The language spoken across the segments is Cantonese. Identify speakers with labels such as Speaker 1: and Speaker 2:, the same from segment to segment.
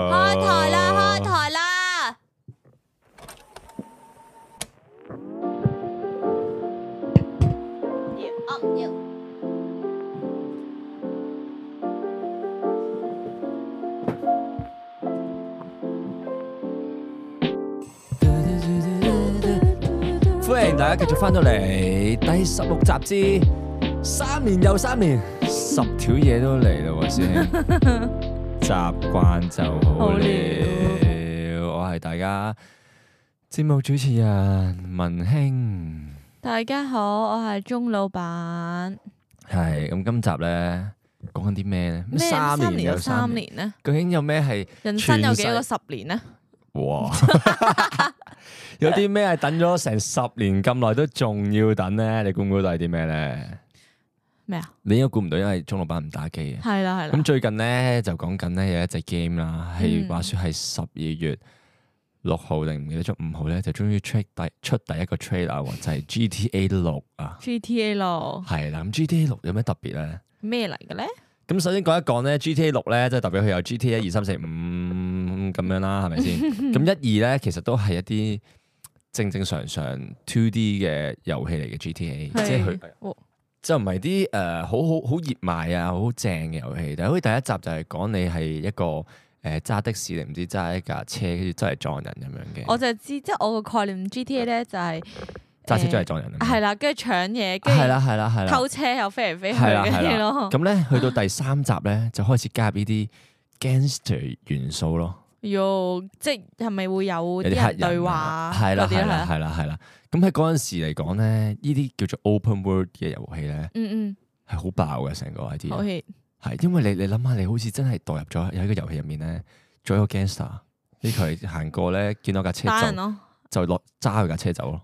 Speaker 1: 哦歡迎大家繼續翻到嚟第十六集之三年又三年，十條嘢都嚟啦喎， 師兄，習慣就好
Speaker 2: 好
Speaker 1: 了。
Speaker 2: 了
Speaker 1: 我係大家節目主持人文興，
Speaker 2: 大家好，我係鐘老闆。
Speaker 1: 係咁今集咧講緊啲咩咧？
Speaker 2: 咩
Speaker 1: 三
Speaker 2: 三
Speaker 1: 年
Speaker 2: 年
Speaker 1: 又
Speaker 2: 有三
Speaker 1: 三年，
Speaker 2: 年呢？
Speaker 1: 究竟有咩係？
Speaker 2: 人生有幾
Speaker 1: 全世
Speaker 2: 個十年啊呢？
Speaker 1: 哇！有啲咩係等咗成十年咁耐都仲要等咧？你估唔估到係啲咩咧？
Speaker 2: 咩啊？
Speaker 1: 你應該估唔到，因為鐘老闆唔打機嘅。
Speaker 2: 係啦係
Speaker 1: 咁
Speaker 2: 啦，
Speaker 1: 最近咧就講緊咧有一隻 game 啦，係
Speaker 2: 嗯
Speaker 1: 話說係十二月六號定唔記得咗五號咧，就終於出第出第一個 trailer 喎就係 GTA 六啊，
Speaker 2: GTA 咯，
Speaker 1: 係啦。咁 GTA 六有咩特別咧？
Speaker 2: 咩嚟嘅咧？
Speaker 1: 咁首先講一講咧，GTA 六咧，即係代表佢有 GTA 一二三四五咁樣啦，係咪 先？咁一二咧，其實都係一啲正正常常 two D 嘅遊戲嚟嘅 GTA，即係佢
Speaker 2: 係哦
Speaker 1: 就唔係啲誒好好好熱賣啊，好正嘅遊戲。但係好似第一集就係講你係一個誒揸、的士定唔知揸一架車，跟住真係撞人咁樣嘅，
Speaker 2: 我就係知，即係我個概念 GTA 咧就係啊
Speaker 1: 揸車真係撞人咁樣。啊
Speaker 2: 係啦，跟住搶嘢，呃
Speaker 1: 係
Speaker 2: 跟
Speaker 1: 啦，係啦，係
Speaker 2: 住
Speaker 1: 啦。
Speaker 2: 偷車又飛嚟飛去
Speaker 1: 係啦
Speaker 2: 嗰
Speaker 1: 係
Speaker 2: 啲
Speaker 1: 啦
Speaker 2: 咯。
Speaker 1: 咁咧去到第三集咧，就開始加入呢啲 gangster 元素咯。
Speaker 2: 喲，即係係咪會有
Speaker 1: 有
Speaker 2: 啲
Speaker 1: 啲黑
Speaker 2: 人
Speaker 1: 人
Speaker 2: 對
Speaker 1: 啊
Speaker 2: 話
Speaker 1: 係啦
Speaker 2: 嗰啲
Speaker 1: 係
Speaker 2: 呢
Speaker 1: 啦？係啦係啦。咁喺嗰陣時嚟講咧，呢啲叫做 open world 嘅遊戲咧，
Speaker 2: 嗯
Speaker 1: 係好爆嘅成個
Speaker 2: 嗯，好
Speaker 1: idea。
Speaker 2: 戲
Speaker 1: 係因為你你諗下，你好似真係代入咗喺個遊戲入面咧，做一個 gangster，呢佢行過咧，見到架
Speaker 2: 打
Speaker 1: 車
Speaker 2: 人
Speaker 1: 就
Speaker 2: 咯， 啊
Speaker 1: 就落揸佢架車走咯。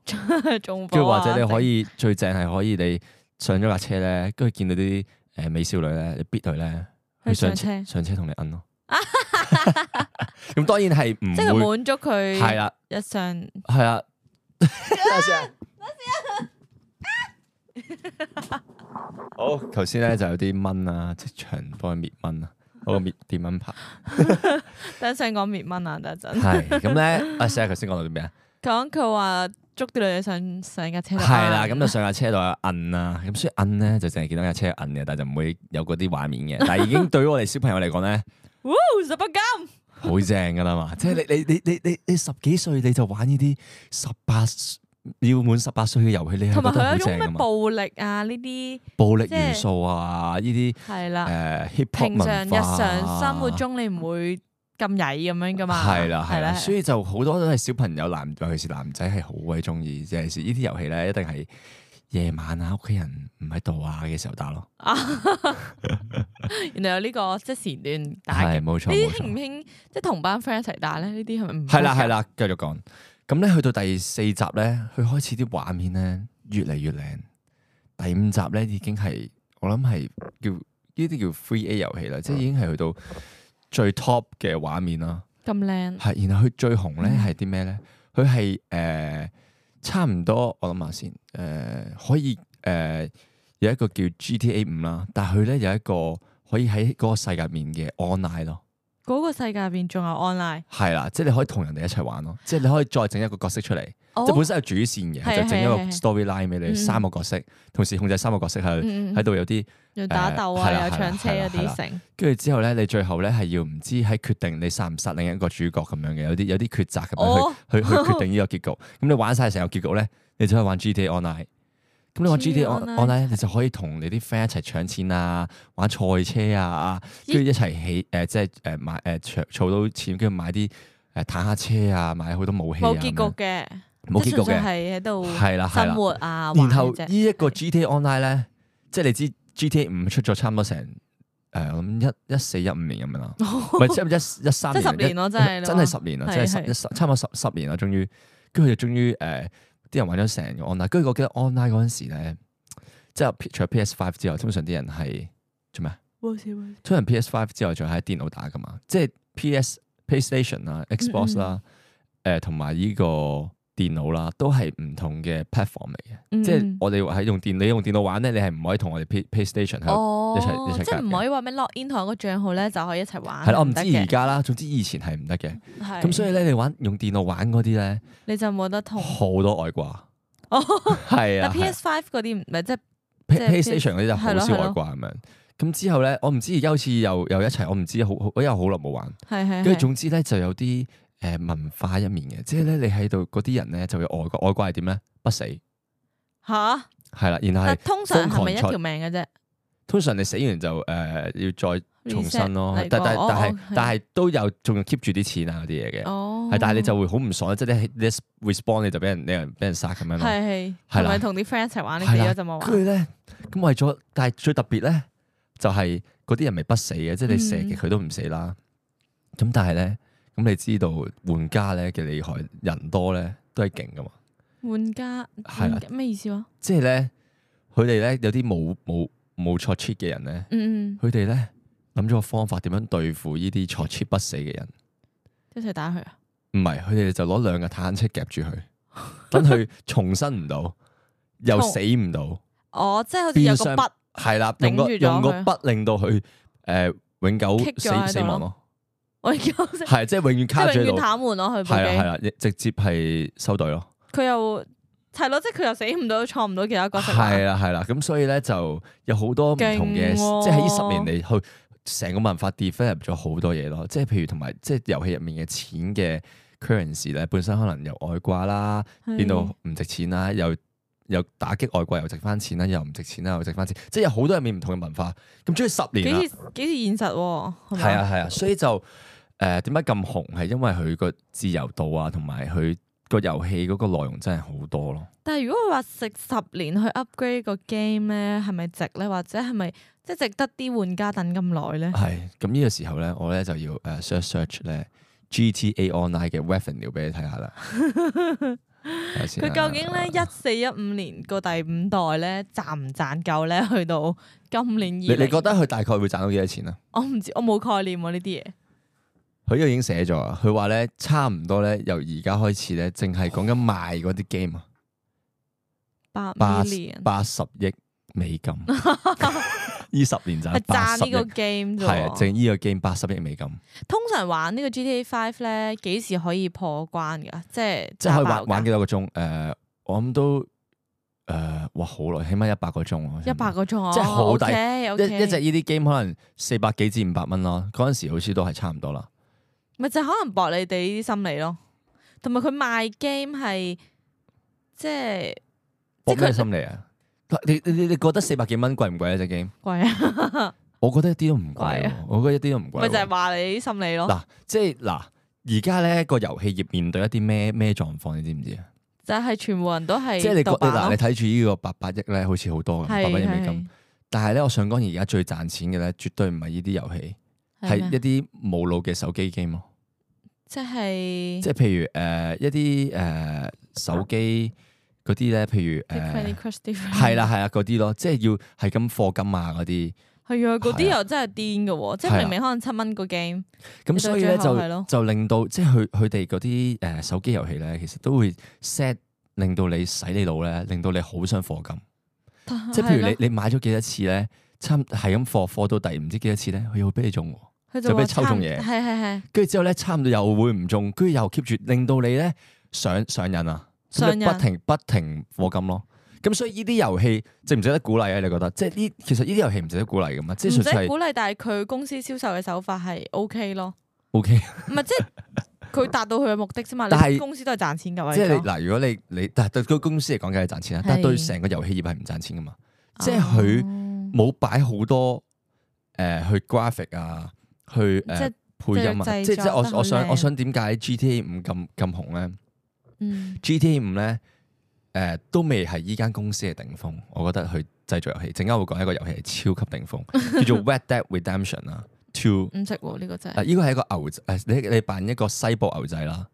Speaker 2: 仲
Speaker 1: 跟住或者你可以最正係可以你上咗架車咧，跟住見到啲誒美少女咧，你逼佢咧，佢
Speaker 2: 去
Speaker 1: 上
Speaker 2: 上
Speaker 1: 車
Speaker 2: 車
Speaker 1: 上車同你摁咯。 咁當然係
Speaker 2: 即係
Speaker 1: 唔會
Speaker 2: 滿足
Speaker 1: 係啊
Speaker 2: 佢
Speaker 1: 啦。
Speaker 2: 日常
Speaker 1: 系啊，等先啊，好，頭先咧就有啲蚊啊，即場幫佢滅蚊啊，嗰個滅電蚊拍。
Speaker 2: 等陣講滅蚊啊，等 陣
Speaker 1: 係咁咧，阿 Sir 頭先講到啲咩啊？
Speaker 2: 講佢話捉啲女仔上上架車度啊
Speaker 1: 係啦，
Speaker 2: 嗌
Speaker 1: 咁就上架車度有摁啦，咁所以摁咧就淨係見到架車有摁嘅，但係就唔會有嗰啲畫面 嘅。但係已經對於我哋小朋友嚟講咧，
Speaker 2: 哦十八金
Speaker 1: 好正噶啦嘛！即係你你你你你你十幾歲你就玩呢啲十八要滿十八歲嘅遊戲，你係
Speaker 2: 同埋
Speaker 1: 覺得
Speaker 2: 佢
Speaker 1: 好
Speaker 2: 有一種
Speaker 1: 正噶
Speaker 2: 咩
Speaker 1: 嘛？
Speaker 2: 暴力啊呢啲
Speaker 1: 暴力
Speaker 2: 即係
Speaker 1: 元素啊，呢啲。
Speaker 2: 係啦，
Speaker 1: 誒 hip
Speaker 2: 啊
Speaker 1: hop
Speaker 2: 平
Speaker 1: 文化
Speaker 2: 常日
Speaker 1: 啊
Speaker 2: 常生活中你唔會咁曳咁樣噶嘛，
Speaker 1: 係啦係啦，所
Speaker 2: 以
Speaker 1: 以就好多都係小朋友男，尤其是男仔係好鬼中意，尤其是呢啲遊戲咧，一定係夜晚啊，屋企人唔喺度啊嘅時候打咯，
Speaker 2: 原來有呢個即係時段打嘅，
Speaker 1: 係
Speaker 2: 呢
Speaker 1: 冇錯
Speaker 2: 啲
Speaker 1: 冇
Speaker 2: 興唔
Speaker 1: 錯，
Speaker 2: 興即係同班 friend 一齊打咧？呢啲係咪唔
Speaker 1: 係啦係啦，繼續講。咁咧去到第四集咧，佢開始啲畫面咧越嚟越靚，第五集咧已經係我諗係叫呢啲叫 free A 遊戲啦，即係已經係去到最 top 嘅畫面啦。
Speaker 2: 咁靚？
Speaker 1: 係，然後佢最紅咧
Speaker 2: 嗯
Speaker 1: 係啲咩咧？佢係誒差唔多，我諗下先，誒、可以誒、呃有一個叫 GTA 五啦，但係佢咧有一個可以喺嗰個世界入面嘅 online 咯，
Speaker 2: 嗰個世界入邊仲有 online，
Speaker 1: 係啦，即係你可以同人哋一齊玩咯，即係你可以再整一個角色出嚟，即係本身有主線
Speaker 2: 哦係
Speaker 1: 嘅，
Speaker 2: 啊
Speaker 1: 就整一個
Speaker 2: 係啊係啊
Speaker 1: storyline 俾你，
Speaker 2: 嗯
Speaker 1: 三個角色同時控制三個角色喺
Speaker 2: 嗯嗯
Speaker 1: 喺度有啲，
Speaker 2: 又打鬥
Speaker 1: 誒係
Speaker 2: 啊，
Speaker 1: 啦
Speaker 2: 又搶車
Speaker 1: 係啦
Speaker 2: 嗰
Speaker 1: 係啦
Speaker 2: 啲成，
Speaker 1: 跟住之後咧你最後咧係要唔知喺決定你殺唔殺另一個主角咁樣嘅，有啲有啲抉擇咁樣去
Speaker 2: 哦
Speaker 1: 去去決定呢個結局。咁你玩晒成個結局咧，你就可以玩 GTA Online。咁你玩
Speaker 2: GTA
Speaker 1: GTA on-
Speaker 2: Online
Speaker 1: Online 咧，你就可以同你啲 friend 一齊搶錢啊，玩賽車啊，
Speaker 2: 咦
Speaker 1: 跟住一齊起誒、即係誒買誒儲儲到錢，跟住買啲誒坦克車啊，買好多武器啊，
Speaker 2: 冇
Speaker 1: 咁
Speaker 2: 結
Speaker 1: 樣
Speaker 2: 局嘅，
Speaker 1: 冇結
Speaker 2: 即係純
Speaker 1: 局
Speaker 2: 粹
Speaker 1: 嘅，
Speaker 2: 係喺度
Speaker 1: 係啦係
Speaker 2: 生
Speaker 1: 啦。
Speaker 2: 活啊，
Speaker 1: 然後
Speaker 2: 玩嘅啫
Speaker 1: 呢一個 GTA Online 咧，即係你知 GTA 五出咗差唔多成誒我諗一一四一五年咁 樣啦，唔係即係一一三
Speaker 2: 即
Speaker 1: 年，
Speaker 2: 係十年咯，真係
Speaker 1: 真係十年啦，
Speaker 2: 係
Speaker 1: 真係十
Speaker 2: 係
Speaker 1: 一十差唔多十十年啦，終於，跟住佢就終於誒，呃啲人玩咗成個 online，跟住我記得 online 嗰陣時咧，即係撇除咗 PS Five 之後，通常啲人係做咩啊？
Speaker 2: 冇事冇事
Speaker 1: 通常 PS Five 之後仲喺電腦打噶嘛，即係 PS PlayStation 啦、Xbox
Speaker 2: 嗯
Speaker 1: 啦，誒同埋呢個電腦啦，都係唔同嘅 platform 嚟嘅。
Speaker 2: 嗯
Speaker 1: 即係我哋喺用電，你用電腦玩咧，你係唔可以同我哋 P- PlayStation 喺度。
Speaker 2: 哦，
Speaker 1: 一齊一齊
Speaker 2: 即係
Speaker 1: 夾
Speaker 2: 唔
Speaker 1: 嘅
Speaker 2: 可以話咩 log in 同一個帳號咧就可以一齊玩，
Speaker 1: 係啦，我唔
Speaker 2: 得
Speaker 1: 知
Speaker 2: 嘅
Speaker 1: 而家啦，總之以前係唔得嘅。
Speaker 2: 係
Speaker 1: 咁所以咧，你玩用電腦玩嗰啲咧。
Speaker 2: 你就冇得同
Speaker 1: 好多外掛，
Speaker 2: 哦
Speaker 1: 係啊
Speaker 2: 但 PS Five 嗰啲唔係即係
Speaker 1: P-
Speaker 2: 即係
Speaker 1: PlayStation 嗰啲就好少外掛咁樣。咁之後咧，我唔知而家好似又又一齊，我唔知好好，因為好耐冇玩。
Speaker 2: 係係
Speaker 1: 跟住
Speaker 2: 係
Speaker 1: 總之咧就有啲誒文化一面嘅，即係咧你喺度嗰啲人咧就有外掛，外掛係點咧？不死，
Speaker 2: 吓，
Speaker 1: 係啦，然後
Speaker 2: 但
Speaker 1: 係
Speaker 2: 通常係咪一
Speaker 1: 瘋狂
Speaker 2: 條命嘅啫？
Speaker 1: 通常你死完就诶要再重新咯
Speaker 2: Reset，嚟，
Speaker 1: 但但
Speaker 2: 過
Speaker 1: 但
Speaker 2: 哦
Speaker 1: 係
Speaker 2: 哦
Speaker 1: 但係都有仲要 keep 住啲錢啊嗰啲嘢嘅，
Speaker 2: 哦，
Speaker 1: 係但係你就會好唔爽，即係你你 respond 你就俾人你人俾人殺咁樣咯。
Speaker 2: 係啊
Speaker 1: 係
Speaker 2: 係
Speaker 1: 啦
Speaker 2: 同埋同啲 friend 一齊玩呢
Speaker 1: 係啦
Speaker 2: 啲就冇
Speaker 1: 跟住
Speaker 2: 玩。
Speaker 1: 咧，咁為咗，但係最特別咧，就係嗰啲人咪不死嘅，即係你射極
Speaker 2: 嗯
Speaker 1: 佢都唔死啦。咁但係咧，咁你知道玩家咧嘅厲害，人多咧都係勁噶嘛。
Speaker 2: 玩家
Speaker 1: 係啦
Speaker 2: 玩家咩意思啊？
Speaker 1: 即係咧，佢哋咧有啲冇冇冇錯 cheat 嘅人咧，
Speaker 2: 嗯
Speaker 1: 佢哋咧諗咗個方法點樣對付呢啲錯 cheat 不死嘅人。
Speaker 2: 嗯，一齊打佢啊！
Speaker 1: 唔係，佢哋就攞兩個坦克夾 住佢，等佢重生唔到，又
Speaker 2: 重
Speaker 1: 死唔到。
Speaker 2: 哦，即係好似有個
Speaker 1: 變相
Speaker 2: 筆，
Speaker 1: 係啦，
Speaker 2: 頂
Speaker 1: 用個
Speaker 2: 住咗
Speaker 1: 用個
Speaker 2: 佢
Speaker 1: 筆令到佢诶永久
Speaker 2: kick 咗喺度
Speaker 1: 死死亡咯，
Speaker 2: 我而家即係
Speaker 1: 係即係永遠卡住喺
Speaker 2: 永
Speaker 1: 度
Speaker 2: 遠，癱瘓咯佢部
Speaker 1: 係啦係啊
Speaker 2: 機，
Speaker 1: 啦，直接係收隊咯，
Speaker 2: 佢又係咯，即係佢又死唔到，創唔到其他角色啊。
Speaker 1: 係啦係啦，咁所以咧就有好多唔同嘅，
Speaker 2: 勁喎
Speaker 1: 即係喺呢十年嚟去成個文化 develop 咗好多嘢咯，即係譬如同埋即係遊戲入面嘅錢嘅 currency 咧，本身可能由外掛啦，
Speaker 2: 係
Speaker 1: 變到唔值錢啦，又又打擊外掛又值翻錢啊啦，又唔值錢啦，又值翻錢，即係有好多入面唔同嘅文化，咁中意十年啦
Speaker 2: 幾。似幾似現實喎，係咪
Speaker 1: 係啊係啊，所以就誒點解咁紅係因為佢個自由度啊，同埋佢個遊戲嗰個內容真係好多咯。
Speaker 2: 但係如果佢話食十年去 upgrade 個 game 咧，係咪值咧？或者係咪即係值得啲玩家等咁耐咧？
Speaker 1: 係咁呢個時候咧，我咧就要誒 search search 咧 GTA Online 嘅 revenue 俾你睇下啦。 睇下先啊
Speaker 2: 佢究竟咧一四一五年個第五代咧賺唔賺夠咧？去到今年
Speaker 1: 你
Speaker 2: 二
Speaker 1: 你覺得佢大概會賺到幾多錢啊？
Speaker 2: 我唔知，我冇概念喎呢啲嘢。
Speaker 1: 佢呢個已經寫咗啊，佢話咧差唔多咧，由而家開始咧，淨係講緊賣嗰啲 game 啊，
Speaker 2: 八
Speaker 1: 八
Speaker 2: million
Speaker 1: 八十億 美金，呢十年
Speaker 2: 係
Speaker 1: 賺八十
Speaker 2: 賺呢
Speaker 1: 億，
Speaker 2: 個 game 啫
Speaker 1: 係啊，
Speaker 2: 喎。
Speaker 1: 淨呢個 game 八十億美金。
Speaker 2: 通常玩呢個 GTA Five 咧，幾時可以破關㗎？即係
Speaker 1: 即係可以
Speaker 2: 打爆
Speaker 1: 玩
Speaker 2: 㗎
Speaker 1: 玩幾多個鐘？誒、我諗都誒、哇，好耐，起碼一百個鐘咯。
Speaker 2: 一百個鐘啊！
Speaker 1: 即係好抵
Speaker 2: OK，
Speaker 1: 一
Speaker 2: OK
Speaker 1: 一隻呢啲 game 可能四百幾至五百蚊咯。嗰陣時好似都係差唔多啦。
Speaker 2: 咪就係可能博你哋呢啲心理咯，同埋佢賣 game 係即係
Speaker 1: 我
Speaker 2: 即係
Speaker 1: 咩
Speaker 2: 佢
Speaker 1: 心理啊？你你你你覺得四百幾蚊貴唔貴啊？只 game？
Speaker 2: 貴啊，
Speaker 1: 我覺得一啲都唔貴
Speaker 2: 貴
Speaker 1: 喎
Speaker 2: 啊，
Speaker 1: 我覺得一啲都唔貴喎。
Speaker 2: 咪就係話你啲心理咯，
Speaker 1: 嗱，即係嗱，而家咧個遊戲業面對一啲咩咩狀況，你知唔知啊？
Speaker 2: 就係全部人都係
Speaker 1: 即係你覺
Speaker 2: 盜
Speaker 1: 你
Speaker 2: 版
Speaker 1: 嗱，
Speaker 2: 咯，
Speaker 1: 你睇住呢個八百億咧，好似好多咁，啊八
Speaker 2: 係
Speaker 1: 百億美金
Speaker 2: 係。
Speaker 1: 但係咧，我想講而家最賺錢嘅咧，絕對唔係呢啲遊戲，係
Speaker 2: 係
Speaker 1: 一
Speaker 2: 咩
Speaker 1: 啲冇腦嘅手機 game 咯。
Speaker 2: 即係
Speaker 1: 即係譬如誒、呃一啲誒、呃手機嗰啲咧，譬
Speaker 2: 即
Speaker 1: 如
Speaker 2: 係 Candy
Speaker 1: 誒
Speaker 2: Crush 啲 friend
Speaker 1: 係啦係啦嗰啲咯，即係要係咁課金啊嗰啲，
Speaker 2: 係啊，嗰啲
Speaker 1: 係啊
Speaker 2: 又真係癲嘅喎，即
Speaker 1: 係啊
Speaker 2: 係明明可能七蚊個 game，
Speaker 1: 咁
Speaker 2: 到
Speaker 1: 所以咧
Speaker 2: 最後係
Speaker 1: 就
Speaker 2: 咯
Speaker 1: 就令到即係佢佢哋嗰啲誒手機遊戲咧，其實都會 set 令到你洗你腦咧，令到你好想課金。
Speaker 2: 啊
Speaker 1: 即係譬如你你買咗幾多次咧，差唔係咁課課到第唔知幾多次咧，佢又會俾你中喎。
Speaker 2: 你
Speaker 1: 就俾你抽中嘢
Speaker 2: 係係係
Speaker 1: 跟住之後咧，差唔多又會唔中，跟住又 keep 住，令到你咧上上癮啊，所以
Speaker 2: 上癮
Speaker 1: 不停不停課金咯。咁所以呢啲遊戲值唔值得鼓勵啊？你覺得？即係呢，其實呢啲遊戲唔值得鼓勵噶嘛？即
Speaker 2: 唔
Speaker 1: 係純
Speaker 2: 使
Speaker 1: 粹係
Speaker 2: 鼓勵，但係佢公司銷售嘅手法係 OK 咯，
Speaker 1: O K。
Speaker 2: 唔係 即係佢達到佢嘅目的啫嘛，
Speaker 1: 但係
Speaker 2: 你公司都係賺錢㗎嘛，
Speaker 1: 即係你
Speaker 2: 呢個
Speaker 1: 嗱，如果你你但係對個公司嚟講梗係賺錢啦，
Speaker 2: 係
Speaker 1: 但係對成個遊戲業係唔賺錢噶嘛？即係佢
Speaker 2: 哦
Speaker 1: 冇擺好多誒去 graphic 啊，去
Speaker 2: 即係
Speaker 1: 誒配音啊，
Speaker 2: 即係製
Speaker 1: 即係即係
Speaker 2: 作得
Speaker 1: 我
Speaker 2: 好
Speaker 1: 我想我
Speaker 2: 靚
Speaker 1: 想點解 G T A 五咁咁紅咧？
Speaker 2: 嗯
Speaker 1: GTA 五咧，誒、都未係依間公司嘅頂峰，我覺得佢製作遊戲，陣間會講一個遊戲係超級 頂峰，叫做 Red Dead Redemption 啦，Two，
Speaker 2: 唔識喎呢個真
Speaker 1: 誒
Speaker 2: 係，
Speaker 1: 依個係一個牛仔，誒你你扮一個西部牛仔啦，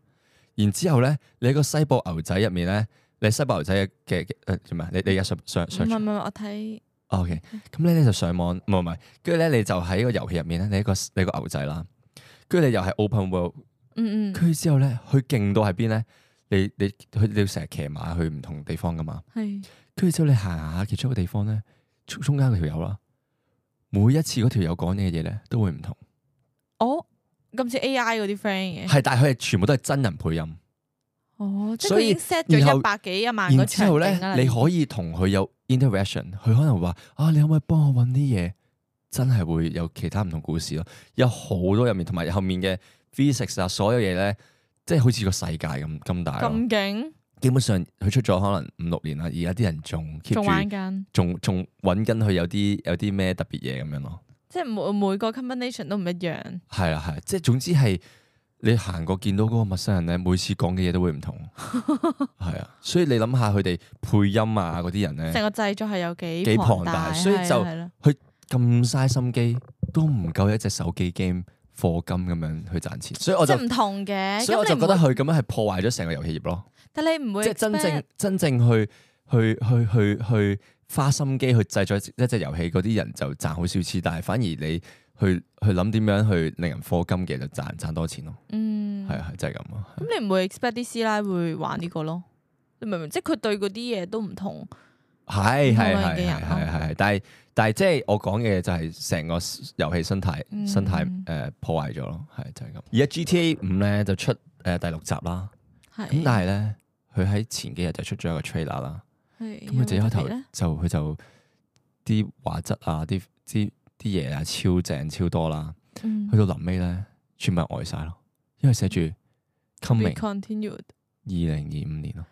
Speaker 1: 然之後咧，你喺個西部牛仔入面咧，你西部牛仔嘅嘅誒做咩？啊你你而家上上啊
Speaker 2: 唔係
Speaker 1: 上
Speaker 2: 唔係我睇
Speaker 1: o k 咁咧你就上網，唔係唔係，跟住咧你就喺個遊戲入面咧，你一個你一個牛仔啦，跟住你又係 open world。
Speaker 2: 嗯嗯
Speaker 1: 跟住之後咧，佢勁到喺邊咧？你你佢你要成日騎馬去唔同地方噶嘛？
Speaker 2: 係
Speaker 1: 跟住之後你行下其中一個地方咧，中中間嗰條友啦，每一次嗰條友講嘅嘢咧都會唔同，
Speaker 2: 哦，咁似 AI 嗰啲 friend 嘅，
Speaker 1: 係但係佢係全部都係真人配音，
Speaker 2: 哦，即係
Speaker 1: 所
Speaker 2: 佢
Speaker 1: 以
Speaker 2: 已經 set
Speaker 1: 然後
Speaker 2: 咗一百幾一萬個
Speaker 1: 然之後
Speaker 2: 場
Speaker 1: 咧
Speaker 2: 景啦，
Speaker 1: 你可以同佢有 interaction，佢可能話啊，你可唔可以幫我揾啲嘢？真係會有其他唔同故事咯，有好多入面同埋後面嘅 physics 啊，所有嘢咧，即係好似個世界咁咁大咯。
Speaker 2: 咁勁，
Speaker 1: 基本上佢出咗可能五六年啦，而家啲人仲 keep
Speaker 2: 仲玩
Speaker 1: 住，
Speaker 2: 緊，
Speaker 1: 仲仲揾緊佢有啲有啲咩特別嘢咁樣咯。
Speaker 2: 即係每每個 combination 都唔一樣。
Speaker 1: 係啦，係啦，即係總之係你行過見到嗰個陌生人咧，每次講嘅嘢都會 唔同，係啊，所以你諗下佢哋配音啊嗰啲人
Speaker 2: 成
Speaker 1: 咧，
Speaker 2: 個製作係有幾
Speaker 1: 幾龐
Speaker 2: 龐
Speaker 1: 大
Speaker 2: 大，
Speaker 1: 所以
Speaker 2: 係
Speaker 1: 就
Speaker 2: 啦係啦
Speaker 1: 咁嘥心機都唔夠一隻手機 game 課金咁樣去賺錢，所以我
Speaker 2: 即
Speaker 1: 就
Speaker 2: 係唔同嘅。
Speaker 1: 所以我
Speaker 2: 咁
Speaker 1: 就
Speaker 2: 你唔
Speaker 1: 覺得
Speaker 2: 會，
Speaker 1: 佢咁樣係破壞咗成個遊戲業咯，
Speaker 2: 但你唔會
Speaker 1: 即係真
Speaker 2: expect
Speaker 1: 正真正去去去去去花心機去製作一隻遊戲嗰啲人就賺好少錢，但係反而你去去諗點樣去令人課金嘅就賺賺多錢咯，
Speaker 2: 嗯
Speaker 1: 係啊係就係咁咯。
Speaker 2: 咁你唔會 expect 啲師奶會玩呢個咯？你明唔明？即係佢對嗰啲嘢都唔同，
Speaker 1: 係
Speaker 2: 唔同
Speaker 1: 係
Speaker 2: 類型
Speaker 1: 係
Speaker 2: 嗯嘅人
Speaker 1: 係
Speaker 2: 咯
Speaker 1: 係係，但係但係即係我講嘅就係成個遊戲生態
Speaker 2: 嗯
Speaker 1: 生態誒、呃破壞咗咯，係就係、咁。而家 GTA 五咧就出誒、呃第六集啦，咁
Speaker 2: 係
Speaker 1: 但係咧佢喺前幾日就出咗一個 trailer 啦，
Speaker 2: 係
Speaker 1: 咁佢就一
Speaker 2: 有冇
Speaker 1: 開
Speaker 2: 特別
Speaker 1: 頭
Speaker 2: 咧
Speaker 1: 就佢就啲畫質啊啲啲啲嘢啊超正超多啦，
Speaker 2: 嗯
Speaker 1: 去到臨尾咧全部人呆晒咯，因為寫住
Speaker 2: be
Speaker 1: coming
Speaker 2: continued
Speaker 1: 二零二五 年咯。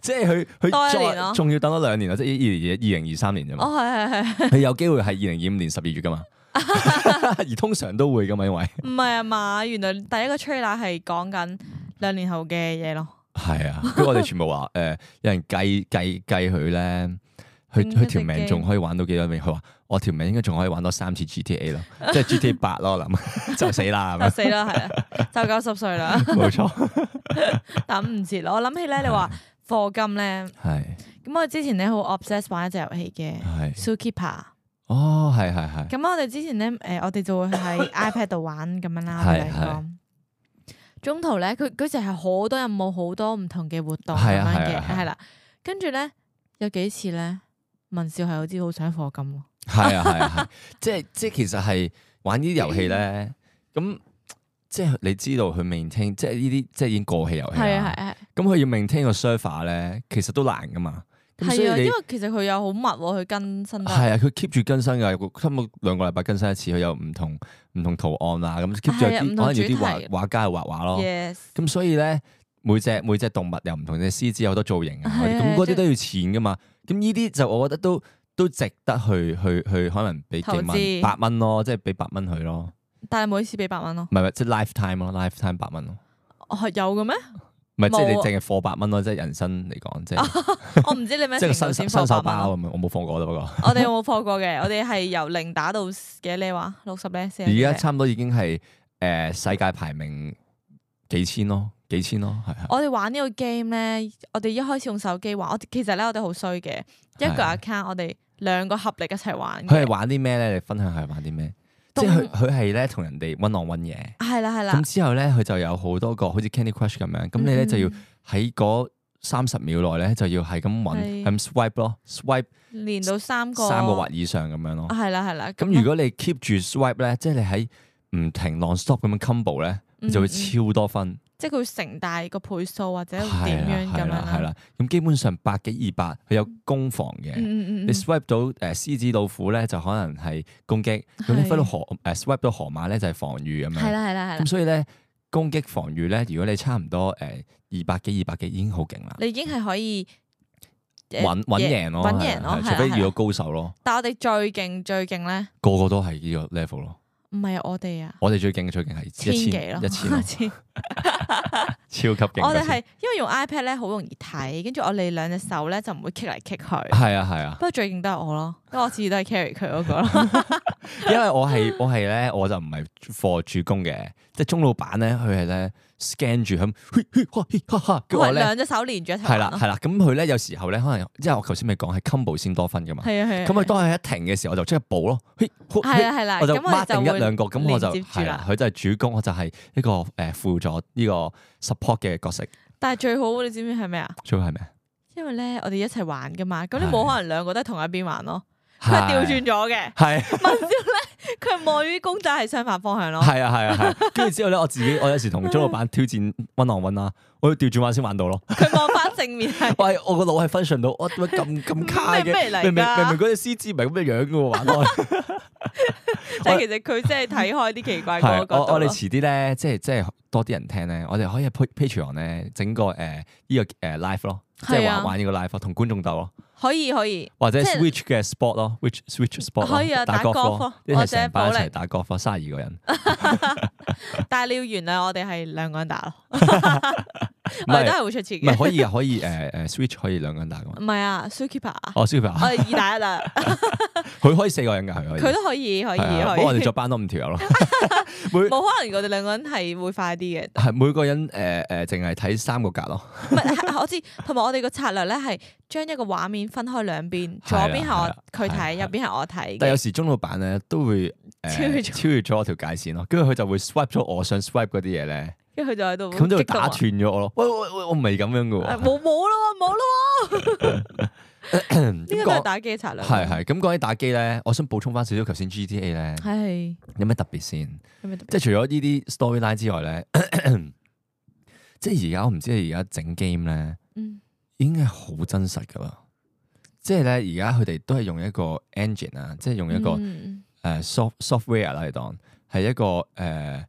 Speaker 1: 即係
Speaker 2: 多一
Speaker 1: 佢佢
Speaker 2: 年
Speaker 1: 再
Speaker 2: 咯
Speaker 1: 仲要等多兩年咯，即係二零二二零二三年啫嘛。
Speaker 2: 哦，係係係，
Speaker 1: 佢有機會係二零二五年十二月噶嘛， 而通常都會噶嘛，因為
Speaker 2: 唔係啊嘛？原來第一個 trailer 係講緊兩年後嘅嘢咯。
Speaker 1: 係啊，跟住我哋全部 話誒、呃有人計計計佢咧，佢
Speaker 2: 嗯
Speaker 1: 佢條
Speaker 2: 一隻
Speaker 1: 命
Speaker 2: game
Speaker 1: 仲可以玩到幾多命？佢話我條命應該仲可以玩多三次 GTA 咯，即係 GTA 八咯，我諗就死啦，
Speaker 2: 就
Speaker 1: 係
Speaker 2: 死啦，係啊，就九十歲啦，
Speaker 1: 咪？冇錯，
Speaker 2: 等唔切咯。我諗起咧，你話課金咧，
Speaker 1: 係
Speaker 2: 咁我之前咧好 obsess 玩一隻遊戲嘅
Speaker 1: 係，
Speaker 2: Zookeeper。
Speaker 1: 哦，係係係，
Speaker 2: 咁啊我哋之前咧，誒、我哋就會 喺 iPad 度玩咁樣啦，我哋
Speaker 1: 係
Speaker 2: 兩個。中途咧，佢嗰時係好多任務，好多唔同嘅活動咁
Speaker 1: 係啊
Speaker 2: 樣
Speaker 1: 係
Speaker 2: 嘅，
Speaker 1: 啊係啊
Speaker 2: 係啦。跟住咧，有幾次咧，文少係好似好想課金咯。
Speaker 1: 係啊係啊係，即係即係其實係玩呢啲遊戲咧，咁即係你知道佢 maintain，即係呢啲即係已經過氣遊戲
Speaker 2: 係
Speaker 1: 啦
Speaker 2: 啊。係啊
Speaker 1: 咁佢要 maintain 個 server 咧，其實都難噶嘛。咁所
Speaker 2: 係啊，
Speaker 1: 以
Speaker 2: 因
Speaker 1: 你
Speaker 2: 為其實佢有好密喎，佢更新得。
Speaker 1: 係啊，佢 keep 住更新噶，有個差唔多兩個禮拜更新一次，佢有唔同唔同圖案啊，咁 keep 住有
Speaker 2: 係啊
Speaker 1: 啲
Speaker 2: 唔同
Speaker 1: 可能有啲
Speaker 2: 主題
Speaker 1: 畫畫家去畫畫咯。
Speaker 2: Yes，
Speaker 1: 咁所以咧，每隻每隻動物又唔同，隻獅子有好多造型啊，
Speaker 2: 係啊
Speaker 1: 咁嗰
Speaker 2: 即
Speaker 1: 啲
Speaker 2: 係
Speaker 1: 都要錢噶嘛。咁呢啲就我覺得都都值得去去去，可能俾幾
Speaker 2: 投
Speaker 1: 蚊
Speaker 2: 資
Speaker 1: 八蚊咯，即係俾八蚊佢咯，
Speaker 2: 但係每次俾百蚊咯。
Speaker 1: 唔係唔係即係 lifetime 咯，lifetime 八蚊咯，
Speaker 2: 哦，有 嘅咩？
Speaker 1: 唔係即係你
Speaker 2: 冇啊
Speaker 1: 淨係貨八蚊咯，即係人生嚟講，即係
Speaker 2: 我唔知你咩
Speaker 1: 即
Speaker 2: 程
Speaker 1: 係個
Speaker 2: 度
Speaker 1: 新手
Speaker 2: 先
Speaker 1: 新手
Speaker 2: 課百蚊
Speaker 1: 包
Speaker 2: 咯。
Speaker 1: 咁樣，我冇放過啦不過。
Speaker 2: 我哋有冇課過嘅？我哋係由零打到幾你話六十咧先。
Speaker 1: 而家差唔多已經係誒、呃世界排名幾千咯，幾千咯，係係
Speaker 2: 我哋玩呢個 game 咧，我哋一開始用手機玩，我哋其實咧我哋好衰嘅，一個
Speaker 1: 係
Speaker 2: account 我哋兩個合力一齊玩
Speaker 1: 佢
Speaker 2: 嘅
Speaker 1: 係，啊玩啲咩咧？你分享下佢玩啲咩？即
Speaker 2: 東
Speaker 1: 係佢佢係咧同人哋温浪温嘢，
Speaker 2: 係啦係啦
Speaker 1: 咁，之後咧佢就有好多個好似 Candy Crush 咁樣，咁你
Speaker 2: 嗯
Speaker 1: 咧就要喺嗰三十秒內咧就要係咁揾，
Speaker 2: 係
Speaker 1: 係咁 swipe 咯，swipe
Speaker 2: 連到三個啊
Speaker 1: 三個或以上咁樣咯。
Speaker 2: 係啦係啦。
Speaker 1: 咁如果你 keep 住 swipe 咧，即係你喺唔停 non stop 咁樣 combo 咧，你就會
Speaker 2: 嗯嗯
Speaker 1: 超多分。
Speaker 2: 即係佢會成大個倍數或者會
Speaker 1: 係
Speaker 2: 點
Speaker 1: 啦
Speaker 2: 樣咁樣
Speaker 1: 係
Speaker 2: 啊
Speaker 1: 啦啊係
Speaker 2: 啦。
Speaker 1: 啦，咁基本上百幾二百，佢有攻防嘅。
Speaker 2: 嗯嗯嗯
Speaker 1: 你 swipe 到誒、呃、獅子老虎咧，就可能係攻擊；咁你
Speaker 2: 係
Speaker 1: swipe 到河誒、呃 swipe 到河馬咧，就係防禦咁
Speaker 2: 嗯，係
Speaker 1: 樣。
Speaker 2: 啦係啦係啦
Speaker 1: 咁。所以咧，攻擊防禦咧，如果你差唔多誒二百幾、二百幾已經好勁啦，
Speaker 2: 你已經係可以誒
Speaker 1: 揾揾贏咯，
Speaker 2: 揾
Speaker 1: 係
Speaker 2: 贏咯係
Speaker 1: 係除
Speaker 2: 啊
Speaker 1: 非
Speaker 2: 係啊
Speaker 1: 遇到高手咯，
Speaker 2: 但我哋最勁最勁咧，
Speaker 1: 個個都係呢個 level 咯。
Speaker 2: 唔係我哋啊，
Speaker 1: 我哋最勁嘅最勁係
Speaker 2: 千
Speaker 1: 一
Speaker 2: 幾
Speaker 1: 千
Speaker 2: 咯，，
Speaker 1: 一千咯
Speaker 2: 千
Speaker 1: 超級勁嗰次。
Speaker 2: 我哋係因為用 iPad 咧好容易睇，跟住我哋兩隻手咧就唔會 kick 嚟 kick 去。
Speaker 1: 係啊係啊
Speaker 2: 不，過最勁都係我咯，因為我次次都係 carry 佢嗰個 咯。
Speaker 1: 因為我係我係咧，我就唔係 for 主攻嘅，即係鐘老闆咧，佢係咧 scan 住咁，嘿嘿哈嘿哈哈，跟住
Speaker 2: 我
Speaker 1: 我咧。
Speaker 2: 兩隻手連住一齊
Speaker 1: 係
Speaker 2: 玩啊
Speaker 1: 啦，
Speaker 2: 咯。
Speaker 1: 係啦，咁佢咧有時候咧，可能因為我頭先咪講係 combo 先多分噶嘛，
Speaker 2: 係啊係啊。
Speaker 1: 咁
Speaker 2: 係啊
Speaker 1: 佢當佢一停嘅時候，我就即刻補咯，嘿嘿
Speaker 2: 係
Speaker 1: 嘿
Speaker 2: 啦係啦，
Speaker 1: 我就
Speaker 2: 咁哋
Speaker 1: mark 定一
Speaker 2: 會
Speaker 1: 兩個，咁我就
Speaker 2: 連接住
Speaker 1: 係啦，
Speaker 2: 啦。
Speaker 1: 佢就係主攻，我就係呢個誒輔助呢個 support 嘅角色，
Speaker 2: 但係最好你知唔知係咩啊？
Speaker 1: 最好係咩？
Speaker 2: 因為咧我哋一齊玩噶嘛，咁你
Speaker 1: 係
Speaker 2: 冇可能兩個都係同一邊玩咯。佢係調轉咗嘅，
Speaker 1: 啊係，
Speaker 2: 佢係望於公仔係相反方向咯。
Speaker 1: 係啊係啊係啊，跟住之後咧，我自己我有時同張老闆挑戰温浪温啦，我要調轉玩先玩到 咯。
Speaker 2: 佢望翻正面係。
Speaker 1: 喂，我個腦係 function 到，我點解咁咁卡嘅？
Speaker 2: 咩咩嚟㗎
Speaker 1: 明明明明嗰隻獅子唔係咁嘅樣嘅喎，玩開。
Speaker 2: 但係其實佢真係睇開啲奇怪
Speaker 1: 係
Speaker 2: 嗰個角
Speaker 1: 我
Speaker 2: 度
Speaker 1: 我哋
Speaker 2: 咯。嗯
Speaker 1: 遲啲咧，即係即係多啲人聽咧，我哋可以喺 Pa- Patreon 咧整個誒呢個誒 live 咯，即係
Speaker 2: 係
Speaker 1: 玩
Speaker 2: 啊
Speaker 1: 玩呢個 live 咯，同觀眾鬥咯，
Speaker 2: 可以可以，
Speaker 1: 或者
Speaker 2: 即係
Speaker 1: Switch 嘅 sport 咯，which Switch sport 咯
Speaker 2: 可以啊打 golf
Speaker 1: 咯
Speaker 2: 咯，
Speaker 1: 一齊
Speaker 2: 或者
Speaker 1: 成班一
Speaker 2: 保
Speaker 1: 齊
Speaker 2: 齡
Speaker 1: 打 golf 咯，三十二個人，
Speaker 2: 但係你要原諒我哋係兩個人打 咯，
Speaker 1: 唔
Speaker 2: 我哋都
Speaker 1: 係
Speaker 2: 係會出錢
Speaker 1: 唔
Speaker 2: 嘅。
Speaker 1: 係可 以啊，可以誒誒 Switch 可以兩個人打噶嘛，
Speaker 2: 唔係啊 s u k i p a
Speaker 1: 哦 Super，
Speaker 2: 我哋二打一啊，
Speaker 1: 佢可以四個人㗎，佢可以，
Speaker 2: 佢都可以可以
Speaker 1: 係啊不過我
Speaker 2: 可
Speaker 1: 哋
Speaker 2: 以
Speaker 1: 再，班多五條友咯，每
Speaker 2: 冇可能我哋兩個人係會快啲嘅。
Speaker 1: 係每個人誒誒淨係睇三個格 咯，
Speaker 2: 唔 係係我知，同埋我哋個策略咧係將一個畫面分開兩邊，
Speaker 1: 係
Speaker 2: 左
Speaker 1: 啦
Speaker 2: 邊係
Speaker 1: 係啦啊
Speaker 2: 我佢
Speaker 1: 係啦
Speaker 2: 睇，右邊係我睇
Speaker 1: 但有
Speaker 2: 嘅。
Speaker 1: 時中老闆咧都會誒
Speaker 2: 超越咗
Speaker 1: 超越咗我條界線咯，跟住佢就會 swipe 咗我想 swipe 嗰啲嘢咧。
Speaker 2: 跟住佢就喺度
Speaker 1: 咁就
Speaker 2: 激
Speaker 1: 會
Speaker 2: 動
Speaker 1: 打
Speaker 2: 啊
Speaker 1: 斷咗我咯。啊喂喂喂，我唔係咁
Speaker 2: 誒
Speaker 1: 樣嘅
Speaker 2: 冇冇咯，冇咯，
Speaker 1: 喎。
Speaker 2: 呢個
Speaker 1: 咁
Speaker 2: 都係
Speaker 1: 講
Speaker 2: 打機嘅策略。
Speaker 1: 係係咁講起打機咧，我想補充翻少少頭先 GTA 咧
Speaker 2: 係
Speaker 1: 有咩特別先？
Speaker 2: 有咩特別
Speaker 1: 即係除咗呢啲 storyline 之外咧， 即係而家我唔知你而家整 game 咧
Speaker 2: 嗯
Speaker 1: 已經係好真實噶啦。即係咧，而家佢哋都係用一個 engine 啊，即係用一個誒、
Speaker 2: 嗯
Speaker 1: soft software 啦，你當係一個誒、呃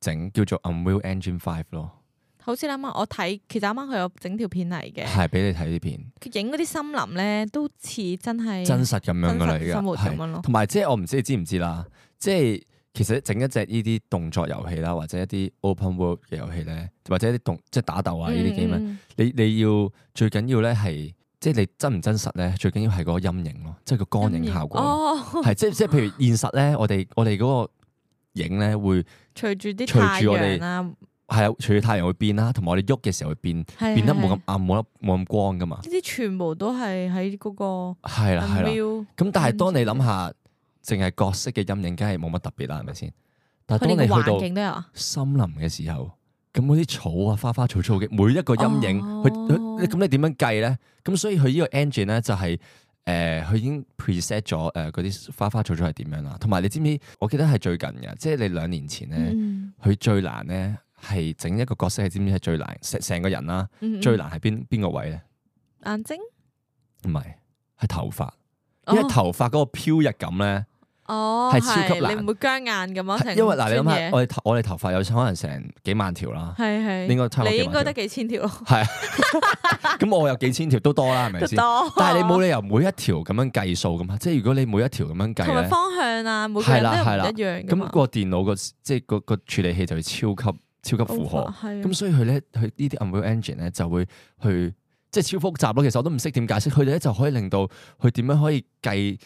Speaker 1: 整叫做 Unreal Engine Five 咯，
Speaker 2: 好似啱啱我睇，其實啱啱佢有整條片嚟嘅，
Speaker 1: 係俾你睇呢片。
Speaker 2: 佢影嗰啲森林咧都似真係
Speaker 1: 真實咁樣噶啦，而
Speaker 2: 真實
Speaker 1: 家
Speaker 2: 生活咁
Speaker 1: 係
Speaker 2: 樣咯
Speaker 1: 同埋即係我唔知你知唔知啦，即係其實整一隻呢啲動作遊戲啦，或者一啲 open world 嘅遊戲咧，或者一啲動即係打鬥啊呢啲 game 咧，
Speaker 2: 嗯嗯
Speaker 1: 你你要最緊要咧係即係你真唔真實咧，最緊要係個陰影咯，即係個光影效果，
Speaker 2: 嗯哦，
Speaker 1: 係即係即係譬如現實咧，我哋我哋嗰個影咧會
Speaker 2: 隨住啲
Speaker 1: 隨住
Speaker 2: 太
Speaker 1: 我哋
Speaker 2: 陽啊，
Speaker 1: 係啊，隨住太陽會變啦，同埋我哋喐嘅時候會變
Speaker 2: 係
Speaker 1: 變得冇
Speaker 2: 係
Speaker 1: 咁暗，冇得冇咁光噶嘛，
Speaker 2: 呢啲全部都係喺嗰個
Speaker 1: 係啦係啦。
Speaker 2: Unreal
Speaker 1: 咁但係當你諗下，淨係角色嘅陰影，梗係冇乜特別啦，係咪先？但係
Speaker 2: 佢
Speaker 1: 當
Speaker 2: 連
Speaker 1: 你
Speaker 2: 個環
Speaker 1: 去
Speaker 2: 境都有啊，
Speaker 1: 到森林嘅時候，咁嗰啲草啊、花花草草嘅每一個陰影，
Speaker 2: 哦
Speaker 1: 佢佢咁你點樣計咧？咁所以佢呢個 engine 咧就係、呃誒，佢、已經 preset 咗誒嗰啲花花草草係點樣啦。同埋你知唔知？我記得係最近嘅，即係你兩年前咧，
Speaker 2: 嗯
Speaker 1: 佢、最難咧係整一個角色係知唔知係最難？成成個人啦，
Speaker 2: 嗯嗯
Speaker 1: 最難係邊邊個位咧？
Speaker 2: 眼睛，
Speaker 1: 唔係，係頭髮，因為
Speaker 2: 哦
Speaker 1: 頭髮嗰個飄逸感咧。
Speaker 2: 哦
Speaker 1: 係超級難
Speaker 2: 係你唔會僵硬咁
Speaker 1: 係
Speaker 2: 啊，
Speaker 1: 因為嗱，你諗下，
Speaker 2: 我
Speaker 1: 我哋頭我哋頭髮有可能成幾萬條啦，
Speaker 2: 係
Speaker 1: 應
Speaker 2: 係
Speaker 1: 該差唔多
Speaker 2: 你
Speaker 1: 幾
Speaker 2: 應該
Speaker 1: 萬
Speaker 2: 得
Speaker 1: 條。
Speaker 2: 幾千條咯，
Speaker 1: 係啊， 咁我有幾千條都多啦，係咪
Speaker 2: 得
Speaker 1: 先？
Speaker 2: 多，
Speaker 1: 但係你冇理由每一條咁樣計數噶嘛，即係如果你每一條咁樣計
Speaker 2: 同埋
Speaker 1: 咧，
Speaker 2: 方向啊，每個
Speaker 1: 係
Speaker 2: 人都
Speaker 1: 啦
Speaker 2: 唔
Speaker 1: 係啦
Speaker 2: 一樣㗎
Speaker 1: 咁
Speaker 2: 嘛
Speaker 1: 個電腦個即係個個處理器就會超級超級負荷。
Speaker 2: 係啊
Speaker 1: 咁所以佢咧，佢呢啲 Unreal Engine 咧就會去即係超複雜咯。其實我都唔識點解釋，佢哋咧就可以令到佢點樣可以計，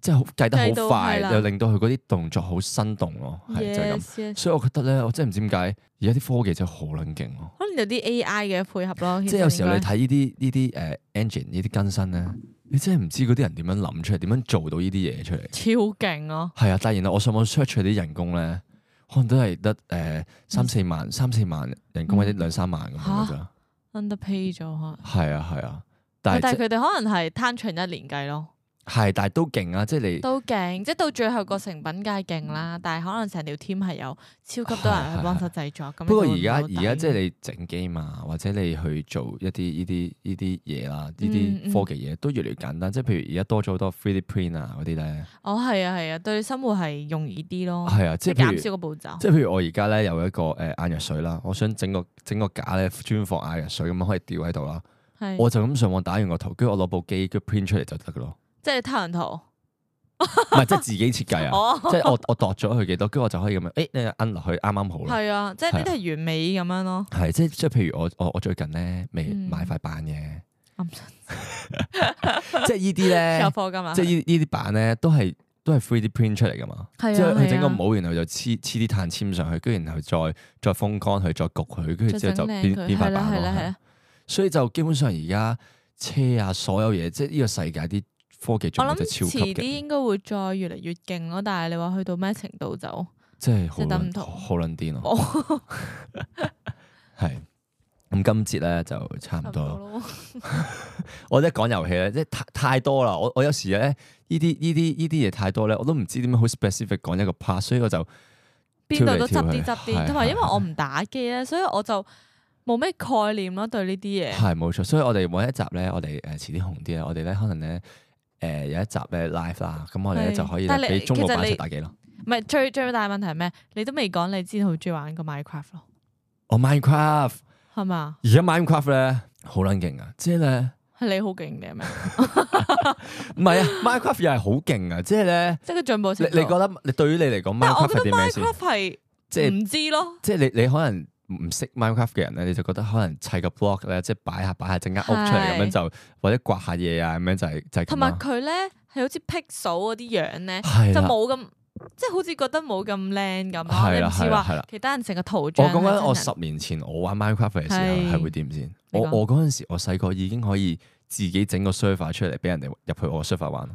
Speaker 1: 即係好計得
Speaker 2: 計
Speaker 1: 好
Speaker 2: 到
Speaker 1: 快，
Speaker 2: 係啦
Speaker 1: 又令到佢嗰啲動作好生動咯，
Speaker 2: 啊
Speaker 1: 係就係咁。
Speaker 2: 咁，
Speaker 1: 所以我覺得咧，我真係唔知點解而家啲科技真係好撚勁咯。
Speaker 2: 可能有啲 AI 嘅配合咯，
Speaker 1: 即係有時候你睇呢啲呢啲誒 engine 呢啲更新咧，你真係唔知嗰啲人點樣諗出嚟，點樣做到呢啲嘢出嚟。
Speaker 2: 其實應該超勁咯，
Speaker 1: 係啊，但係然後我上網 search 佢啲人工咧，可能都係得誒三四萬、三四萬人工或者
Speaker 2: 嗯
Speaker 1: 兩三萬咁樣㗎咋。
Speaker 2: underpay 咗可能。
Speaker 1: 係啊係啊，但
Speaker 2: 但係
Speaker 1: 係即
Speaker 2: 佢哋可能係攤長一年計咯，
Speaker 1: 係但係都勁啊！即係你
Speaker 2: 都勁，即係到最後個成品梗係勁啦。
Speaker 1: 嗯
Speaker 2: 但係可能成條 team 係有超級多人去幫手製作咁。
Speaker 1: 不過而家而家即係你整機嘛，或者你去做一啲呢啲呢啲嘢啦，呢
Speaker 2: 嗯嗯
Speaker 1: 啲科技嘢都越嚟越簡單。即係譬如而家多咗好多 3D print 啊嗰啲咧。
Speaker 2: 哦係啊係啊，對生活係容易啲咯，
Speaker 1: 係啊，
Speaker 2: 哦即
Speaker 1: 即
Speaker 2: 係
Speaker 1: 係譬
Speaker 2: 減
Speaker 1: 如
Speaker 2: 少個步驟。
Speaker 1: 即係譬如我而家咧有一個誒眼藥水啦，我想整個整個架咧專放眼藥水咁樣可以吊喺度啦，
Speaker 2: 係
Speaker 1: 我就咁上網打完個圖，跟住我攞部機跟住 print 出嚟就得噶咯，
Speaker 2: 即係太陽圖。
Speaker 1: 唔係即係自己設計啊，
Speaker 2: 哦，嗯
Speaker 1: 即係我我度咗佢幾多，跟住我就可以咁樣，誒你摁落去啱啱好啦，
Speaker 2: 係啊，即係呢啲係完美咁樣咯。
Speaker 1: 係即係即係譬如我我我最近咧未
Speaker 2: 嗯
Speaker 1: 買塊板嘅，
Speaker 2: 暗
Speaker 1: 即係呢 啲
Speaker 2: 有
Speaker 1: 咧，
Speaker 2: 貨金啊啦，
Speaker 1: 即係呢呢啲板咧都係都係 3D print 出嚟噶嘛。
Speaker 2: 係啊
Speaker 1: 即係佢整個
Speaker 2: 係啊
Speaker 1: 模，然後就黐黐啲碳纖上去，跟住然後再再風乾佢，再焗佢，跟住之後就
Speaker 2: 整靚
Speaker 1: 變
Speaker 2: 佢
Speaker 1: 變塊
Speaker 2: 係啦
Speaker 1: 板
Speaker 2: 係
Speaker 1: 咯
Speaker 2: 啦
Speaker 1: 係
Speaker 2: 係
Speaker 1: 啊
Speaker 2: 啦。
Speaker 1: 所以就基本上而家車啊，所有嘢，即係呢個世界啲科技
Speaker 2: 我
Speaker 1: 進步
Speaker 2: 諗
Speaker 1: 真係超
Speaker 2: 遲
Speaker 1: 級
Speaker 2: 啲
Speaker 1: 勁，
Speaker 2: 應該會再越嚟越勁咯，但係你話去到咩程度就
Speaker 1: 即係好
Speaker 2: 即係等唔哦
Speaker 1: 撚
Speaker 2: 同
Speaker 1: 好撚癲咯。
Speaker 2: 冇
Speaker 1: 係咁，今節咧就差唔多啦。
Speaker 2: 咯。
Speaker 1: 我一講遊戲咧，即係太太多啦。我我有時咧呢啲呢啲呢啲嘢太多咧，我都唔知點樣好 specific 講一個 part，所以我就
Speaker 2: 邊度都
Speaker 1: 跳
Speaker 2: 執
Speaker 1: 嚟
Speaker 2: 啲
Speaker 1: 跳
Speaker 2: 執
Speaker 1: 去係
Speaker 2: 啲，同埋因為
Speaker 1: 係
Speaker 2: 我唔打機咧，所以我就冇咩概念咯對呢啲嘢。
Speaker 1: 係冇錯，所以我哋每一集咧，我哋誒遲啲紅啲啊咧，我哋咧可能咧誒、有一集咧 live 啦，咁我哋咧
Speaker 2: 係
Speaker 1: 就可以
Speaker 2: 但係
Speaker 1: 俾
Speaker 2: 你
Speaker 1: 中老
Speaker 2: 其實
Speaker 1: 闆一齊
Speaker 2: 你
Speaker 1: 打機咯。
Speaker 2: 唔係最最大問題係咩？你都未講你之前好中意玩個 Minecraft 咯，
Speaker 1: 我哦 Minecraft
Speaker 2: 係嘛？
Speaker 1: 而家 Minecraft 咧好撚勁啊！即係咧
Speaker 2: 係你好勁嘅 咩？
Speaker 1: 唔係啊，Minecraft 又係好勁啊！即係咧，
Speaker 2: 即係個進步
Speaker 1: 你
Speaker 2: 程度。
Speaker 1: 你覺得你對於你嚟講
Speaker 2: 但係我
Speaker 1: Minecraft
Speaker 2: 覺得
Speaker 1: 係啲咩先？
Speaker 2: Minecraft
Speaker 1: 即
Speaker 2: 係
Speaker 1: 係
Speaker 2: 唔知咯，
Speaker 1: 即係你你可能唔識 Minecraft 嘅人咧，你就覺得可能砌個 block 咧，即係擺下擺下整間屋出嚟
Speaker 2: 係
Speaker 1: 咁樣就，或者刮下嘢啊咁樣就係就係
Speaker 2: 同
Speaker 1: 咁
Speaker 2: 埋
Speaker 1: 啦。
Speaker 2: 佢咧係好似 pixel 嗰啲樣咧，
Speaker 1: 係
Speaker 2: 就
Speaker 1: 啦，
Speaker 2: 冇咁即係好似覺得冇咁靚咁咯。
Speaker 1: 係
Speaker 2: 你唔
Speaker 1: 啦係
Speaker 2: 似
Speaker 1: 啦係啦
Speaker 2: 話其他人成個圖
Speaker 1: 我
Speaker 2: 像係啊
Speaker 1: 講
Speaker 2: 真人。
Speaker 1: 緊我十年前我玩 Minecraft 嘅時候
Speaker 2: 係
Speaker 1: 係會點先？
Speaker 2: 你
Speaker 1: 我
Speaker 2: 講
Speaker 1: 我嗰陣時我細個已經可以自己整個 server 出嚟俾人哋入去我 server 玩，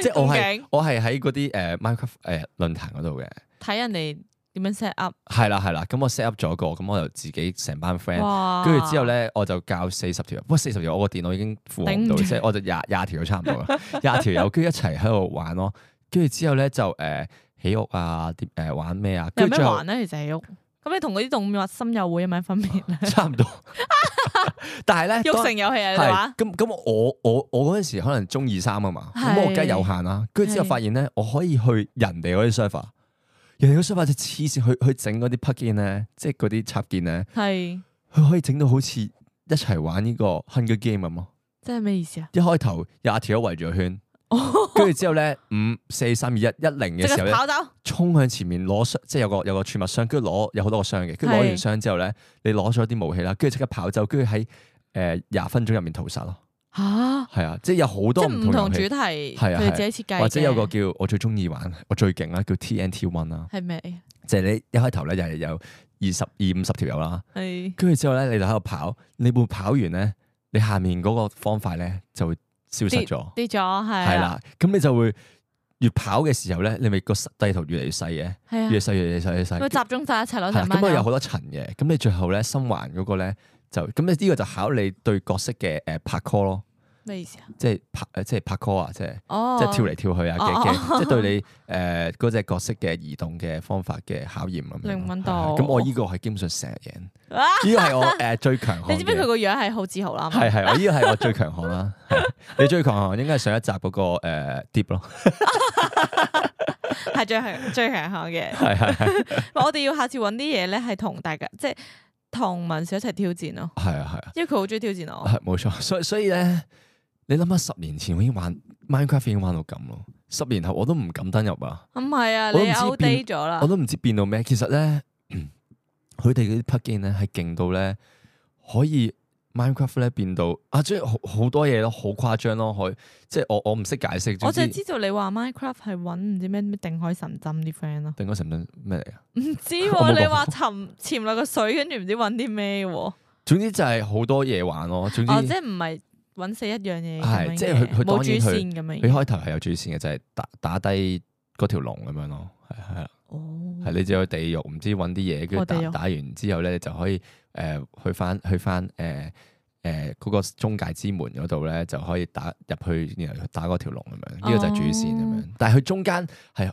Speaker 1: 即係我
Speaker 2: 咁
Speaker 1: 係
Speaker 2: 勁
Speaker 1: 我係喺嗰啲誒 Minecraft 誒論壇嗰度嘅。
Speaker 2: 睇人哋點樣 set up，
Speaker 1: 係啦係啦，咁我 set up 咗個，咁我就自己成班 friend
Speaker 2: 哇！
Speaker 1: 啊跟住之後，咧，我就教四十條，不過四十條我個電腦已經負荷唔
Speaker 2: 頂
Speaker 1: 到，
Speaker 2: 唔住
Speaker 1: 即係我就廿廿條就差唔 多啦，廿條友跟住一齊喺度玩咯。跟住之後咧就誒、呃起屋啊，啲誒、呃玩咩啊，
Speaker 2: 你有
Speaker 1: 跟住
Speaker 2: 咩
Speaker 1: 最後
Speaker 2: 玩咧？其實喺屋，咁你同嗰啲動物心友會有咩分別 咧？
Speaker 1: 差唔多。但係咧，
Speaker 2: 育
Speaker 1: 當
Speaker 2: 成遊戲啊，你
Speaker 1: 係
Speaker 2: 話
Speaker 1: 咁咁，我我我嗰陣時可能中二三啊嘛，咁
Speaker 2: 係
Speaker 1: 我梗係有限啦。跟住之後
Speaker 2: 係
Speaker 1: 發現咧，我可以去人哋嗰啲 server，人哋嗰啲 server 就黐線，去去整嗰啲 plugin 咧，即係嗰啲插件咧，
Speaker 2: 係
Speaker 1: 佢可以整到好似一齊玩呢個 Hunger Game 咁咯。
Speaker 2: 即係咩意思啊？
Speaker 1: 一開頭廿條友圍住個圈，跟住之後咧五四三二一一零
Speaker 2: 哦即
Speaker 1: 嘅時候
Speaker 2: 刻
Speaker 1: 咧，
Speaker 2: 跑走，
Speaker 1: 衝向前面攞箱，即係有個有個儲物箱，跟住攞有好多個箱嘅，跟住攞完
Speaker 2: 係
Speaker 1: 箱之後咧，你攞咗啲武器啦，跟住即刻跑走，跟住喺誒廿分鐘入面屠殺咯，
Speaker 2: 嚇！
Speaker 1: 係啊，即係有好
Speaker 2: 即
Speaker 1: 多
Speaker 2: 係
Speaker 1: 唔
Speaker 2: 唔
Speaker 1: 同
Speaker 2: 同
Speaker 1: 遊
Speaker 2: 主
Speaker 1: 戲，
Speaker 2: 題，
Speaker 1: 係啊
Speaker 2: 佢哋自己設計嘅，
Speaker 1: 或者有個叫我最中意玩，我最勁啦，叫 TNT One 啦，
Speaker 2: 係咪？
Speaker 1: 就係你一開頭咧又係有二十二五十條友啦，
Speaker 2: 係
Speaker 1: 跟住之後咧你就喺度跑，你會跑完咧，你下面嗰個方塊咧就會消失咗。
Speaker 2: 跌咗係啊，
Speaker 1: 係啦，咁你就會越跑嘅時候咧，你咪個地圖越嚟越細嘅，
Speaker 2: 係啊
Speaker 1: 越，細越細越細。
Speaker 2: 會集中晒一齊攞
Speaker 1: 係啦，
Speaker 2: 成班
Speaker 1: 咁啊有
Speaker 2: 友
Speaker 1: 好多層嘅，咁你最後咧生還嗰個咧就咁你呢個就考你對角色嘅誒拍 call 咯，
Speaker 2: 咩意思啊？
Speaker 1: 即係拍即係拍 call 啊，即係
Speaker 2: 哦，
Speaker 1: 即係跳嚟跳去啊嘅
Speaker 2: 哦
Speaker 1: 嘅，即係對你誒嗰只角色嘅移動嘅方法嘅考驗咁樣。
Speaker 2: 靈敏度
Speaker 1: 係啊咁我呢個係基本上成日贏，呢
Speaker 2: 哦啊
Speaker 1: 個係我誒最強項
Speaker 2: 你知唔知佢
Speaker 1: 嘅。
Speaker 2: 個樣係好自豪啦？
Speaker 1: 係係，我呢個係我最強項啦。係你最強項應該係上一集嗰個誒碟咯，
Speaker 2: 係最強最強項嘅。
Speaker 1: 係係係。
Speaker 2: 我哋要下次揾啲嘢咧，係同大家即係同文少一齊挑戰咯，
Speaker 1: 係啊係啊，
Speaker 2: 因為佢好中意挑戰我。
Speaker 1: 係冇錯。 所以所以咧，你諗下十年前我已經玩 Minecraft 已經玩到咁咯，十年後我都唔敢登入啊，
Speaker 2: 唔係啊，
Speaker 1: 我都唔
Speaker 2: 你
Speaker 1: 知
Speaker 2: outdate 咗啦
Speaker 1: 我，都唔知變到咩。其實咧， 佢哋嗰啲 plugin 咧係勁到咧，可以 Minecraft 咧變到啊，即係好好多嘢咯，好誇張咯，可以即係我我唔識解釋。
Speaker 2: 我就
Speaker 1: 總
Speaker 2: 係
Speaker 1: 之
Speaker 2: 知道你話 Minecraft 係揾唔知咩咩定海神針啲 friend 咯，
Speaker 1: 定嗰神陣咩嚟啊？
Speaker 2: 唔知
Speaker 1: 我冇講
Speaker 2: 喎你話沉潛落個水，跟住唔知揾啲咩喎，哦
Speaker 1: 總之就係好多嘢玩咯。總之
Speaker 2: 啊即係唔係揾死一樣嘢咁樣
Speaker 1: 係
Speaker 2: 嘅
Speaker 1: 即係佢佢
Speaker 2: 冇
Speaker 1: 當
Speaker 2: 主
Speaker 1: 然
Speaker 2: 線咁樣
Speaker 1: 佢
Speaker 2: 嘅，
Speaker 1: 開頭係有主線嘅，就係打打低嗰條龍咁樣咯，係係啦。係
Speaker 2: 哦，
Speaker 1: 你就去地獄，唔知揾啲嘢，跟住
Speaker 2: 我地
Speaker 1: 打
Speaker 2: 獄
Speaker 1: 打完之後咧，你就可以誒、呃去翻去翻誒誒嗰個中介之門嗰度咧，就可以打入去，然後打嗰條龍咁樣。呢、個就係主線咁樣，
Speaker 2: 哦
Speaker 1: 但係佢中間係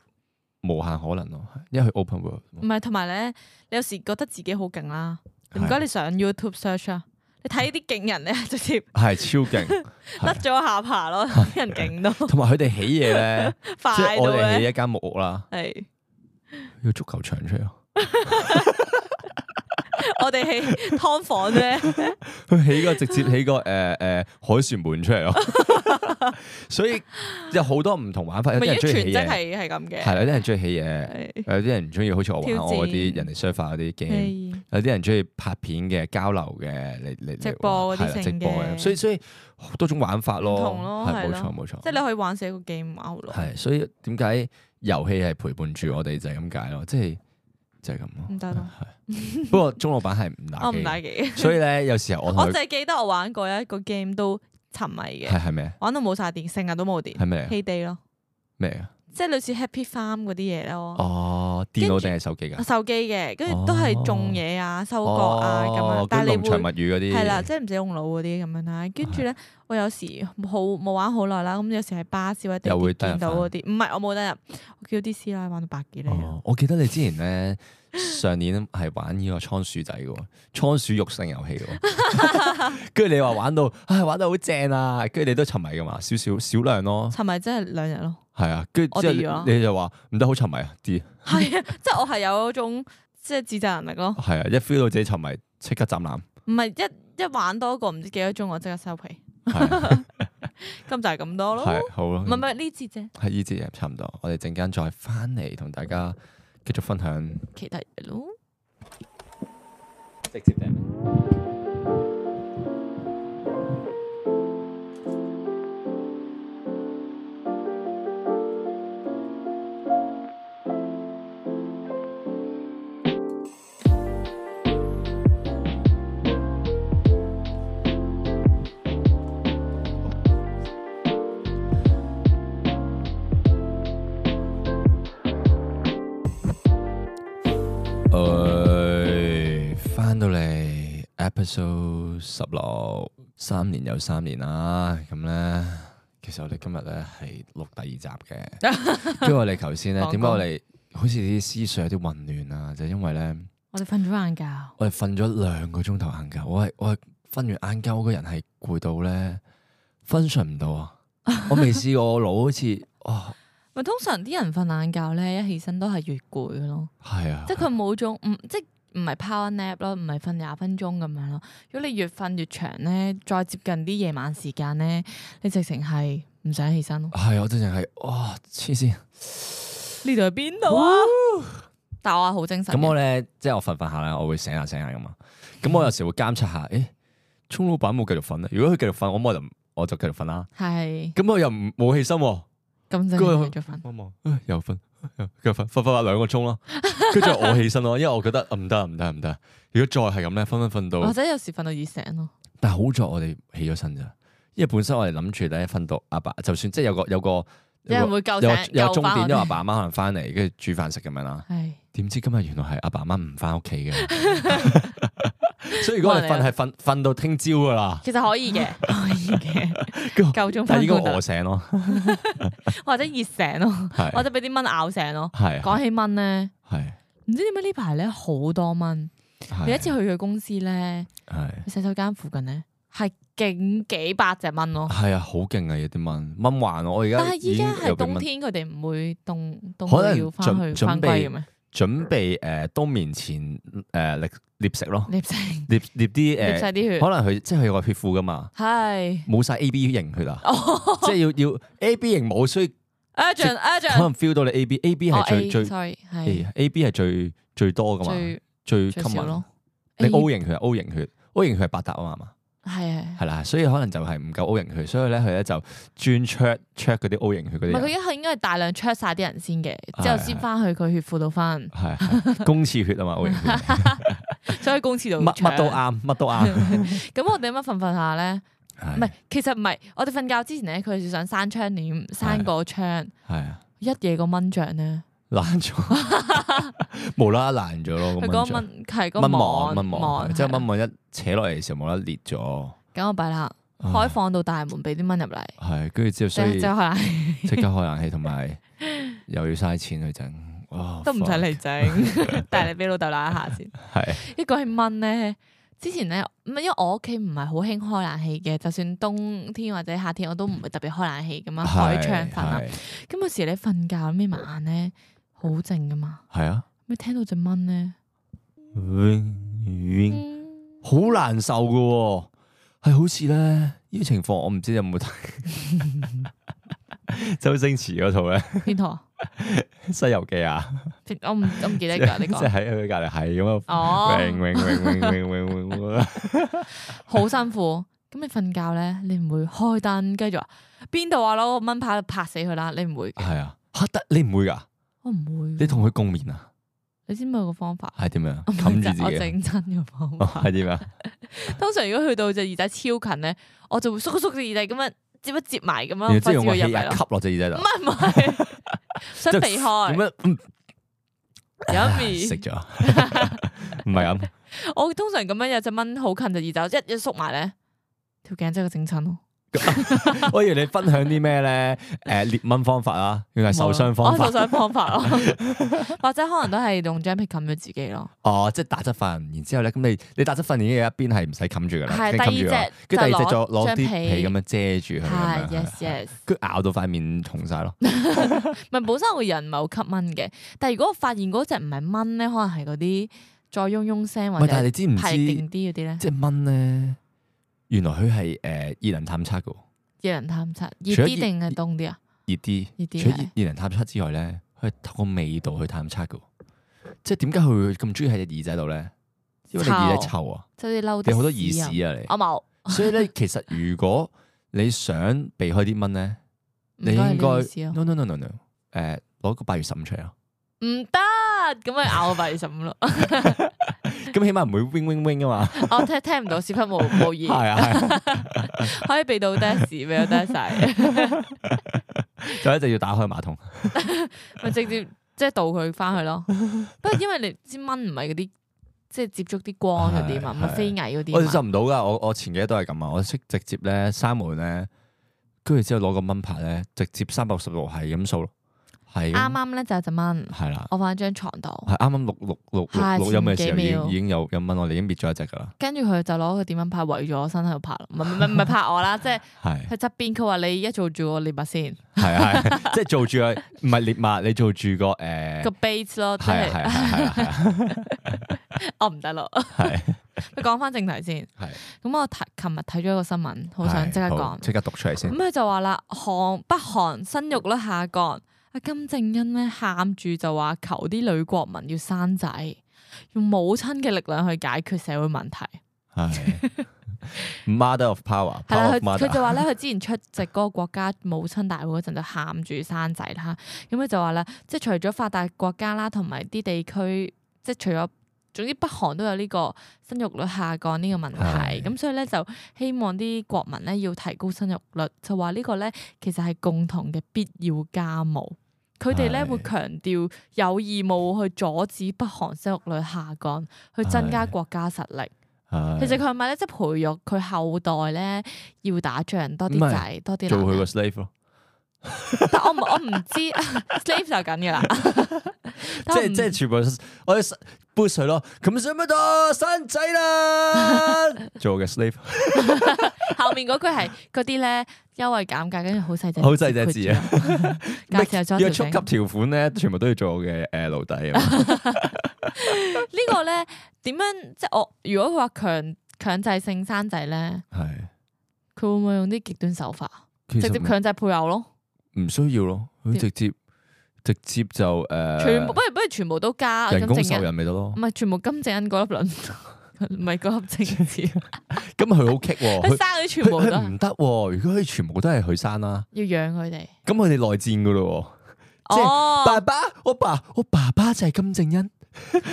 Speaker 1: 無限可能咯，因為佢 open world
Speaker 2: 唔係同埋咧，你有時覺得自己好勁啦，唔
Speaker 1: 係
Speaker 2: 該你上 YouTube search 啊，你睇啲勁人咧 直接
Speaker 1: 係超 勁，
Speaker 2: 甩咗下巴咯，啲人勁 到
Speaker 1: 同埋佢哋起嘢咧，即
Speaker 2: 快
Speaker 1: 係
Speaker 2: 到
Speaker 1: 我哋起
Speaker 2: 咧，
Speaker 1: 一間木屋啦，
Speaker 2: 係。
Speaker 1: 要足球場出嚟啊咯，
Speaker 2: 我哋 喺劏房啫，
Speaker 1: 佢起個直接起 個誒誒海旋門出嚟咯，所以有好多唔同玩法，有
Speaker 2: 咪
Speaker 1: 啲
Speaker 2: 一
Speaker 1: 人中意
Speaker 2: 全
Speaker 1: 起
Speaker 2: 真
Speaker 1: 嘢，
Speaker 2: 係係咁嘅
Speaker 1: 係啦，有啲人中意起嘢。
Speaker 2: 係。
Speaker 1: 有啲人唔中意，好似我玩
Speaker 2: 挑戰
Speaker 1: 我嗰啲人哋 server 嗰啲 game，
Speaker 2: 係
Speaker 1: 有啲人中意拍片嘅、交流嘅，你你
Speaker 2: 直播嗰啲
Speaker 1: 直
Speaker 2: 性
Speaker 1: 播嘅，
Speaker 2: 嘅
Speaker 1: 所以所以好多種玩法咯，
Speaker 2: 唔同咯
Speaker 1: 係冇
Speaker 2: 係
Speaker 1: 錯冇錯，
Speaker 2: 即係你可以玩死一個 game out 咯，
Speaker 1: 係所以點解遊戲係陪伴住我哋就係咁解咯，即係就係咁咯。
Speaker 2: 唔得咯，
Speaker 1: 不過中老闆係唔打
Speaker 2: 我哦唔
Speaker 1: 機
Speaker 2: 打
Speaker 1: 嘅，
Speaker 2: 機，
Speaker 1: 所以咧有時候我 同
Speaker 2: 我
Speaker 1: 佢
Speaker 2: 淨係記得我玩過一個 game 都沉迷
Speaker 1: 係
Speaker 2: 嘅，
Speaker 1: 係咩啊
Speaker 2: 玩到冇晒電，成日都冇電
Speaker 1: 係咩嚟啊
Speaker 2: ，Hay Day 咯，
Speaker 1: 咩啊？
Speaker 2: 即係類似 Happy Farm 嗰啲嘢咯，
Speaker 1: 哦，電腦定係手機㗎？
Speaker 2: 手機嘅，跟住都係種嘢啊、收割啊咁樣
Speaker 1: 哦，
Speaker 2: 但
Speaker 1: 嗰啲
Speaker 2: 係
Speaker 1: 農
Speaker 2: 你會
Speaker 1: 場物。語嗰啲
Speaker 2: 係啦，即係唔使用腦嗰啲咁樣啦。跟住咧，我有時好冇玩好耐啦，咁有時喺巴士或者地
Speaker 1: 又會
Speaker 2: 鐵
Speaker 1: 登
Speaker 2: 見
Speaker 1: 入
Speaker 2: 到嗰啲，唔係我冇登入，我叫啲師奶玩到百幾厘啊。
Speaker 1: 哦，我記得你之前咧上年係玩呢個倉鼠仔嘅喎，倉鼠肉性遊戲嘅喎， 跟住你話玩到，唉、玩得好正啊，跟住你都沉迷噶嘛，少少少量咯，
Speaker 2: 沉迷真係兩日咯，
Speaker 1: 係啊，跟住之
Speaker 2: 我哋
Speaker 1: 後
Speaker 2: 啊
Speaker 1: 你就話唔得好沉迷啊，啲
Speaker 2: 係啊，即係我係有嗰種即係自制能力咯。
Speaker 1: 係啊，一 feel 到自己沉迷，即刻斬攬，
Speaker 2: 唔係一一玩多個唔知幾多鐘，我即刻收皮。
Speaker 1: 係啊
Speaker 2: 咁就係咁啊多咯。
Speaker 1: 係好
Speaker 2: 唔係唔
Speaker 1: 咯。
Speaker 2: 係呢節啫，
Speaker 1: 喺呢節嘢差唔多，我哋陣間再翻嚟同大家繼續分享。
Speaker 2: 其他嘢咯。
Speaker 1: 直接訂。誒，翻到嚟 episode 十六，三年有三年啦。咁咧，其實我哋今日咧係錄第二集 嘅，因為我哋頭先咧，
Speaker 2: 放
Speaker 1: 點解我
Speaker 2: 工
Speaker 1: 哋好似啲思緒有啲混亂啊？就因為咧，
Speaker 2: 我哋瞓咗晏覺，
Speaker 1: 我哋瞓咗兩個鐘頭晏覺，我係我係瞓完晏覺，我個人係攰到咧分神唔 到啊！我未試過，我腦好似哦，
Speaker 2: 咪通常啲人瞓晏覺咧，一起身都係越攰嘅咯。
Speaker 1: 係啊，
Speaker 2: 即係佢冇種唔即係唔係 power nap 咯，唔係瞓廿分鐘咁樣咯。如果你越瞓越長咧，再接近啲夜晚時間咧，你直情係唔想起身咯。
Speaker 1: 係啊我真係哇黐線。
Speaker 2: 呢度係邊度啊？但我係好精神嘅。
Speaker 1: 咁我咧，即係我瞓瞓下咧，我會醒下醒下噶嘛。咁
Speaker 2: 嗯
Speaker 1: 我有時會監察下，誒，聰老闆冇繼續瞓咧。如果佢繼續瞓，我咁我就唔我就繼續瞓啦。
Speaker 2: 係
Speaker 1: 咁我又唔冇起身喎，
Speaker 2: 咁就
Speaker 1: 嗰個
Speaker 2: 繼續瞓。
Speaker 1: 我望唉哎又瞓，唉又繼續瞓，瞓瞓下兩個 鐘咯。跟住我起身咯，因為我覺得啊唔得啊唔得啊唔得啊。如果再係咁咧，分分瞓
Speaker 2: 或
Speaker 1: 到，
Speaker 2: 者有時瞓到熱醒咯，
Speaker 1: 但係好在我哋起咗身咋，因為本身我哋諗住咧瞓到阿爸，就算即係有個有個
Speaker 2: 有人會救
Speaker 1: 有個
Speaker 2: 醒
Speaker 1: 有
Speaker 2: 救
Speaker 1: 個
Speaker 2: 翻
Speaker 1: 鐘點，
Speaker 2: 我
Speaker 1: 因為
Speaker 2: 哋
Speaker 1: 阿。爸阿媽可能翻嚟，跟住煮飯食咁樣啦。
Speaker 2: 係
Speaker 1: 點知今日原來係阿爸媽唔翻屋 企嘅，所以如果我哋瞓係瞓瞓到聽朝噶啦，
Speaker 2: 其實可以 嘅， 可以嘅，夠鐘
Speaker 1: 但係
Speaker 2: 翻
Speaker 1: 應該
Speaker 2: 工得
Speaker 1: 餓醒咯，
Speaker 2: 或者熱醒咯，或
Speaker 1: 係
Speaker 2: 者俾啲蚊咬醒咯。
Speaker 1: 係
Speaker 2: 講起蚊咧，
Speaker 1: 係
Speaker 2: 唔知點解呢排咧好多蚊。
Speaker 1: 係
Speaker 2: 有一次去佢公司咧，
Speaker 1: 係
Speaker 2: 佢洗手間附近咧係勁幾百隻蚊咯。
Speaker 1: 係啊，好勁啊！有啲蚊蚊患 我，我而家
Speaker 2: 但係
Speaker 1: 已
Speaker 2: 依
Speaker 1: 經
Speaker 2: 家係
Speaker 1: 有俾蚊
Speaker 2: 冬天，佢哋唔會凍凍
Speaker 1: 可
Speaker 2: 到
Speaker 1: 能
Speaker 2: 要翻
Speaker 1: 準
Speaker 2: 去
Speaker 1: 準
Speaker 2: 翻
Speaker 1: 備
Speaker 2: 歸嘅咩？
Speaker 1: 準備誒冬眠前誒獵獵食咯，
Speaker 2: 你曬
Speaker 1: 獵獵
Speaker 2: 你
Speaker 1: 啲
Speaker 2: 曬啲
Speaker 1: 誒，
Speaker 2: 血
Speaker 1: 可能佢即係佢有個血庫噶嘛，
Speaker 2: 係 哦
Speaker 1: 冇晒 A B 型血啦，啊即係要要 A B 型冇，所以
Speaker 2: urgent
Speaker 1: 可
Speaker 2: urgent。哦哎
Speaker 1: 能 feel 到你 A B A B 係最最
Speaker 2: sorry 係
Speaker 1: A B 係最最多噶嘛。
Speaker 2: 最
Speaker 1: 最
Speaker 2: 最少
Speaker 1: common
Speaker 2: 咯。
Speaker 1: 你
Speaker 2: A-
Speaker 1: O 型血係 O 型血，O 型血係百搭啊嘛，
Speaker 2: 係係。
Speaker 1: 係啦，所以可能就係唔夠 O 型血，所以咧佢咧就專 check check 嗰啲 O 型血嗰
Speaker 2: 唔
Speaker 1: 啲
Speaker 2: 係佢
Speaker 1: 人，
Speaker 2: 一係應該係大量 check 晒啲人先嘅，之後
Speaker 1: 係
Speaker 2: 先
Speaker 1: 係
Speaker 2: 翻去佢血庫度 翻，
Speaker 1: 係 係公廁血啊嘛，O 型血，
Speaker 2: 所以公司度
Speaker 1: 乜乜都
Speaker 2: 搶。
Speaker 1: 啱，乜都 啱，
Speaker 2: 咁我哋乜瞓瞓下咧，
Speaker 1: 係
Speaker 2: 唔係其實唔係，我哋瞓覺之前咧，佢就想閂窗簾，閂個窗，
Speaker 1: 係啊，
Speaker 2: 一夜個蚊帳咧，
Speaker 1: 爛咗，無啦啦爛咗 咯，
Speaker 2: 佢
Speaker 1: 咁
Speaker 2: 嗰
Speaker 1: 蚊
Speaker 2: 個
Speaker 1: 帳
Speaker 2: 蚊係嗰個
Speaker 1: 蚊網
Speaker 2: 網
Speaker 1: 蚊網，
Speaker 2: 網
Speaker 1: 係即係
Speaker 2: 係
Speaker 1: 蚊網一扯落嚟嘅時候冇啦裂咗，啊
Speaker 2: 咁我弊啦，
Speaker 1: 唉
Speaker 2: 開放到大門俾啲蚊入嚟，
Speaker 1: 係跟住之後所
Speaker 2: 即
Speaker 1: 以
Speaker 2: 係
Speaker 1: 即刻開冷氣，同埋又要嘥錢去整，哇，
Speaker 2: 都唔使你 整，但係你俾老豆鬧一下先。
Speaker 1: 係
Speaker 2: 一講起蚊咧，之前咧，唔係因為我屋企唔係好興開冷氣嘅，就算冬天或者夏天，我都唔會特別開冷氣咁樣開窗瞓啦。
Speaker 1: 係
Speaker 2: 咁有時你瞓覺眯埋眼咧，好靜噶嘛，
Speaker 1: 係啊。
Speaker 2: 咪聽到只蚊咧，
Speaker 1: 好難受嘅喎，係好似咧呢個情況，我唔知你有冇 睇周星馳嗰套咧
Speaker 2: 邊套啊？
Speaker 1: 《西遊記》啊，
Speaker 2: 我唔我唔記得
Speaker 1: 即
Speaker 2: 㗎，
Speaker 1: 係
Speaker 2: 你
Speaker 1: 即係
Speaker 2: 講。
Speaker 1: 喺佢隔離係咁樣
Speaker 2: 哦，
Speaker 1: 永永永永永永永，
Speaker 2: 好辛苦。咁你瞓覺咧，你唔會開燈，跟住話邊度啊攞個蚊拍拍死佢啦，你唔會嘅，
Speaker 1: 係啊，嚇得你唔會㗎，
Speaker 2: 我唔會嘅。
Speaker 1: 你同佢共眠啊，
Speaker 2: 你知唔知有個方法？
Speaker 1: 係點樣
Speaker 2: 我唔
Speaker 1: 冚
Speaker 2: 知
Speaker 1: 住
Speaker 2: 我
Speaker 1: 自己啊？
Speaker 2: 整親個方
Speaker 1: 哦
Speaker 2: 法。
Speaker 1: 係點啊？
Speaker 2: 通常如果去到隻耳仔超近咧，我就會縮一縮隻耳仔咁樣接一接埋咁
Speaker 1: 然後
Speaker 2: 樣，
Speaker 1: 之後
Speaker 2: 費事
Speaker 1: 用個
Speaker 2: 佢
Speaker 1: 氣
Speaker 2: 入
Speaker 1: 壓
Speaker 2: 嚟
Speaker 1: 吸
Speaker 2: 咯。
Speaker 1: 落隻耳仔
Speaker 2: 唔
Speaker 1: 度，
Speaker 2: 係唔係，想
Speaker 1: 即係
Speaker 2: 避
Speaker 1: 咁
Speaker 2: 開。
Speaker 1: 樣嗯啊
Speaker 2: Yummy
Speaker 1: 食 咗，唔係咁，
Speaker 2: 我通常咁樣有隻蚊好近隻耳仔，一一縮埋咧，條頸真係整親咯。
Speaker 1: 我以為你分享啲咩咧？誒裂蚊方法啊，原來係受傷方
Speaker 2: 我
Speaker 1: 法
Speaker 2: 哦受傷方 法咯，或者可能都係用張被冚咗自己咯。
Speaker 1: 哦，即係打側瞓，然之後咧，咁你你打側瞓已經有一邊係唔使冚住噶啦，
Speaker 2: 係
Speaker 1: 已經冚住啦
Speaker 2: 第
Speaker 1: 跟
Speaker 2: 二隻
Speaker 1: 住第二
Speaker 2: 就
Speaker 1: 隻再
Speaker 2: 攞
Speaker 1: 攞啲
Speaker 2: 張被
Speaker 1: 被咁樣遮住佢
Speaker 2: 係
Speaker 1: 咁樣，
Speaker 2: yes yes，
Speaker 1: 跟住咬到塊面紅 晒咯。
Speaker 2: 唔係本身我個人唔係好吸蚊嘅，但係如果我發現嗰只唔係蚊咧，可能係嗰啲再嗡嗡聲
Speaker 1: 唔
Speaker 2: 或者
Speaker 1: 係，
Speaker 2: 係
Speaker 1: 但係你知唔知
Speaker 2: 勁啲嗰啲咧，
Speaker 1: 即係蚊咧？原來佢係誒熱能探測嘅喎，
Speaker 2: 熱能探測熱
Speaker 1: 除咗
Speaker 2: 啲定係凍啲啊？
Speaker 1: 熱啲。
Speaker 2: 熱啲
Speaker 1: 除咗熱
Speaker 2: 係
Speaker 1: 熱能探測之外咧，佢係透過味道去探測嘅喎。即係點解佢會咁中意喺隻耳仔度咧？因為你耳仔
Speaker 2: 臭
Speaker 1: 臭啊，
Speaker 2: 即係啲嬲
Speaker 1: 你
Speaker 2: 啲
Speaker 1: 好多耳
Speaker 2: 屎啊！
Speaker 1: 屎啊 你。
Speaker 2: 我冇，
Speaker 1: 所以咧，其實如果你想避開啲蚊咧，
Speaker 2: 唔
Speaker 1: 你
Speaker 2: 該
Speaker 1: 應
Speaker 2: 你啲
Speaker 1: 該
Speaker 2: 意思啊咯
Speaker 1: no no no no no，誒攞個八月十五出嚟啊 咯，
Speaker 2: 唔得，咁咪咬我八二十五咯。
Speaker 1: 咁起碼唔會 wing wing wing 啊嘛，
Speaker 2: 我聽聽唔到屎忽冇冇
Speaker 1: 係
Speaker 2: 意，
Speaker 1: 啊係啊，
Speaker 2: 可以避到得屎，俾我得晒，
Speaker 1: 就一定要打開馬桶，
Speaker 2: 咪直接即係導佢翻去 咯。不過因為你知蚊唔係嗰啲即係接觸啲光嗰啲嘛，
Speaker 1: 係
Speaker 2: 唔係飛蟻嗰啲
Speaker 1: 我
Speaker 2: 嘛
Speaker 1: 接受唔到噶，我我前幾日都係咁啊，我識直接咧閂門咧，跟住之後攞個蚊拍咧，直接三百六十度係咁掃咯，係
Speaker 2: 啱
Speaker 1: 咁
Speaker 2: 啊啱咧就有隻蚊，
Speaker 1: 係啦，
Speaker 2: 我放喺張床度，
Speaker 1: 係啱啱錄錄錄
Speaker 2: 係
Speaker 1: 錄錄音嘅時候已
Speaker 2: 前幾
Speaker 1: 經
Speaker 2: 秒
Speaker 1: 已經有有蚊，我哋已經滅咗一隻噶啦，
Speaker 2: 跟住佢就攞個電蚊拍圍住我身喺度拍，唔係 唔係唔係拍我啦，即係
Speaker 1: 係
Speaker 2: 佢側邊佢話你一做住我獵物先
Speaker 1: 係啊 係，即係做住個唔係獵物，你做住個誒
Speaker 2: 個。base 咯，即
Speaker 1: 係啊係
Speaker 2: 係
Speaker 1: 啊係啊係啊
Speaker 2: 我唔得咯。
Speaker 1: 係啊
Speaker 2: 你講翻正題先，
Speaker 1: 係啊。
Speaker 2: 咁我睇琴日睇咗個新聞，好想即刻
Speaker 1: 係啊
Speaker 2: 講
Speaker 1: 好。即刻讀出嚟先
Speaker 2: 咁。佢就話啦，韓北韓生育率下降，阿金正恩咧喊住就話求啲女國民要生仔，用母親嘅力量去解決社會問題。
Speaker 1: 係 Mother of Power，
Speaker 2: 係啦，
Speaker 1: Power
Speaker 2: 佢
Speaker 1: of
Speaker 2: 佢
Speaker 1: Mother。
Speaker 2: 就話咧，佢之前出席嗰個國家母親大會嗰陣就喊住生仔啦，咁佢就話啦，即係除咗發達國家啦，同埋啲地區，即係除咗。總之北韓都有呢個生育率下降呢個問題，
Speaker 1: 係
Speaker 2: 咁所以咧就希望啲國民咧要提高生育率，就話呢個咧其實係共同嘅必要家務。佢哋咧
Speaker 1: 係
Speaker 2: 會強調有義務去阻止北韓生育率下降，去增加
Speaker 1: 係
Speaker 2: 國家實力。其實
Speaker 1: 係
Speaker 2: 佢係咪咧，即係培育佢後代咧，要打仗多
Speaker 1: 唔
Speaker 2: 啲
Speaker 1: 係
Speaker 2: 仔，多啲
Speaker 1: 做
Speaker 2: 男
Speaker 1: 佢個
Speaker 2: 人。
Speaker 1: slave 咯，
Speaker 2: 但我唔我唔知 slave 就緊噶 啦，
Speaker 1: 即係即係全部我哋 boost 佢咯。咁想乜多生仔啦， 做我嘅 slave
Speaker 2: 係後面嗰句係嗰啲咧優惠減價，跟住好細隻，
Speaker 1: 好細隻字啊，
Speaker 2: 價 錢又再
Speaker 1: 約
Speaker 2: 調
Speaker 1: 束級
Speaker 2: 整。
Speaker 1: 條款咧，全部都要做我嘅誒奴隸啊嘛。
Speaker 2: 呢個咧點樣？即係我如果佢話強強制性生仔咧，
Speaker 1: 係
Speaker 2: 佢會唔會用啲極端手法？
Speaker 1: 其
Speaker 2: 直接
Speaker 1: 實
Speaker 2: 強制配偶咯，
Speaker 1: 唔需要咯，佢
Speaker 2: 點
Speaker 1: 直接直接就誒
Speaker 2: 全部不如不如全部都加
Speaker 1: 人工
Speaker 2: 金正嗯
Speaker 1: 受
Speaker 2: 恩，
Speaker 1: 孕咪得咯
Speaker 2: 唔。係全部金正恩嗰粒卵，唔係嗰粒精子，
Speaker 1: 咁佢好棘喎，
Speaker 2: 佢
Speaker 1: 佢
Speaker 2: 生嗰啲全
Speaker 1: 佢
Speaker 2: 部都
Speaker 1: 佢
Speaker 2: 係
Speaker 1: 唔得喎。如果佢全部都係佢生啦，
Speaker 2: 要養佢哋。
Speaker 1: 咁佢哋內戰噶咯喎。即係
Speaker 2: 哦
Speaker 1: 爸，爸，我爸，我爸爸就係金正恩，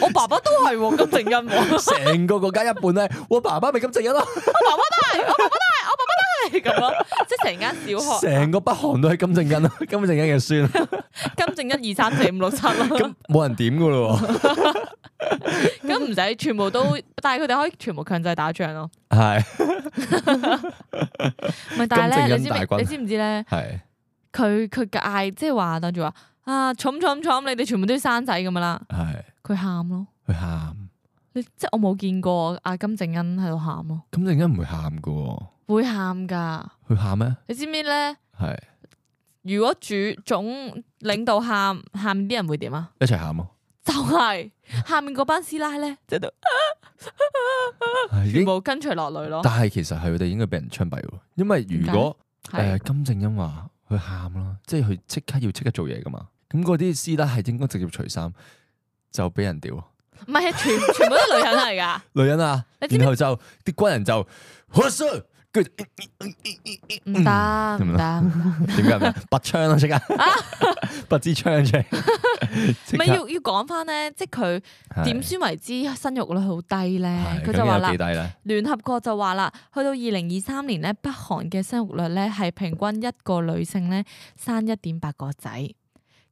Speaker 2: 我爸爸都係 喎金正恩喎，
Speaker 1: 成個國家一半咧，我爸爸咪金正恩咯，
Speaker 2: 係咁咯，即係成間小學
Speaker 1: 成個北韓都係金正 恩咯，金正恩嘅孫，
Speaker 2: 金正恩二三四五六七咯，
Speaker 1: 咁冇人點噶咯喎，
Speaker 2: 咁唔使全部都，但係佢哋可以全部強制打仗咯。
Speaker 1: 係
Speaker 2: 唔係，但係咧，你
Speaker 1: 金
Speaker 2: 知
Speaker 1: 正恩
Speaker 2: 唔
Speaker 1: 大軍
Speaker 2: 你知唔知咧？
Speaker 1: 係
Speaker 2: 佢佢嗌即係話當住話啊，重重重，你哋全部都要生仔咁樣啦。
Speaker 1: 係，
Speaker 2: 佢喊咯，
Speaker 1: 佢喊，
Speaker 2: 你即係我冇見過阿金正恩喺度喊咯，
Speaker 1: 金正恩唔會喊噶喎，
Speaker 2: 會喊㗎。
Speaker 1: 佢喊咩？
Speaker 2: 你知唔知咧？
Speaker 1: 係
Speaker 2: 如果主總領導喊，下面啲人會點啊？
Speaker 1: 一齊 喊咯，
Speaker 2: 就係、下面嗰班師奶 咧，就喺度
Speaker 1: 係已
Speaker 2: 全
Speaker 1: 經，
Speaker 2: 部跟隨落淚咯。
Speaker 1: 但係其實係佢哋應該俾人槍斃喎，因為如果
Speaker 2: 係
Speaker 1: 誒金正恩話佢喊啦，即係佢即刻要即刻做嘢噶嘛，咁嗰啲師奶係應該直接除衫就俾人屌。
Speaker 2: 唔係全全 部都女人嚟噶？
Speaker 1: 女人啊，
Speaker 2: 你知唔知
Speaker 1: 然後就啲軍 人就 What's up？跟住
Speaker 2: 唔得唔得，唔
Speaker 1: 點解唔得？拔槍啦，即刻 拔支槍出嚟，即刻
Speaker 2: 係要要講翻咧，即係佢點先為之生育率好低咧
Speaker 1: 係？
Speaker 2: 佢
Speaker 1: 咁
Speaker 2: 就話
Speaker 1: 有
Speaker 2: 啦
Speaker 1: 幾，低咧？
Speaker 2: 聯合國就話啦，去到二零二三年咧，北韓嘅生育率咧係平均一個女性咧生一點八個仔，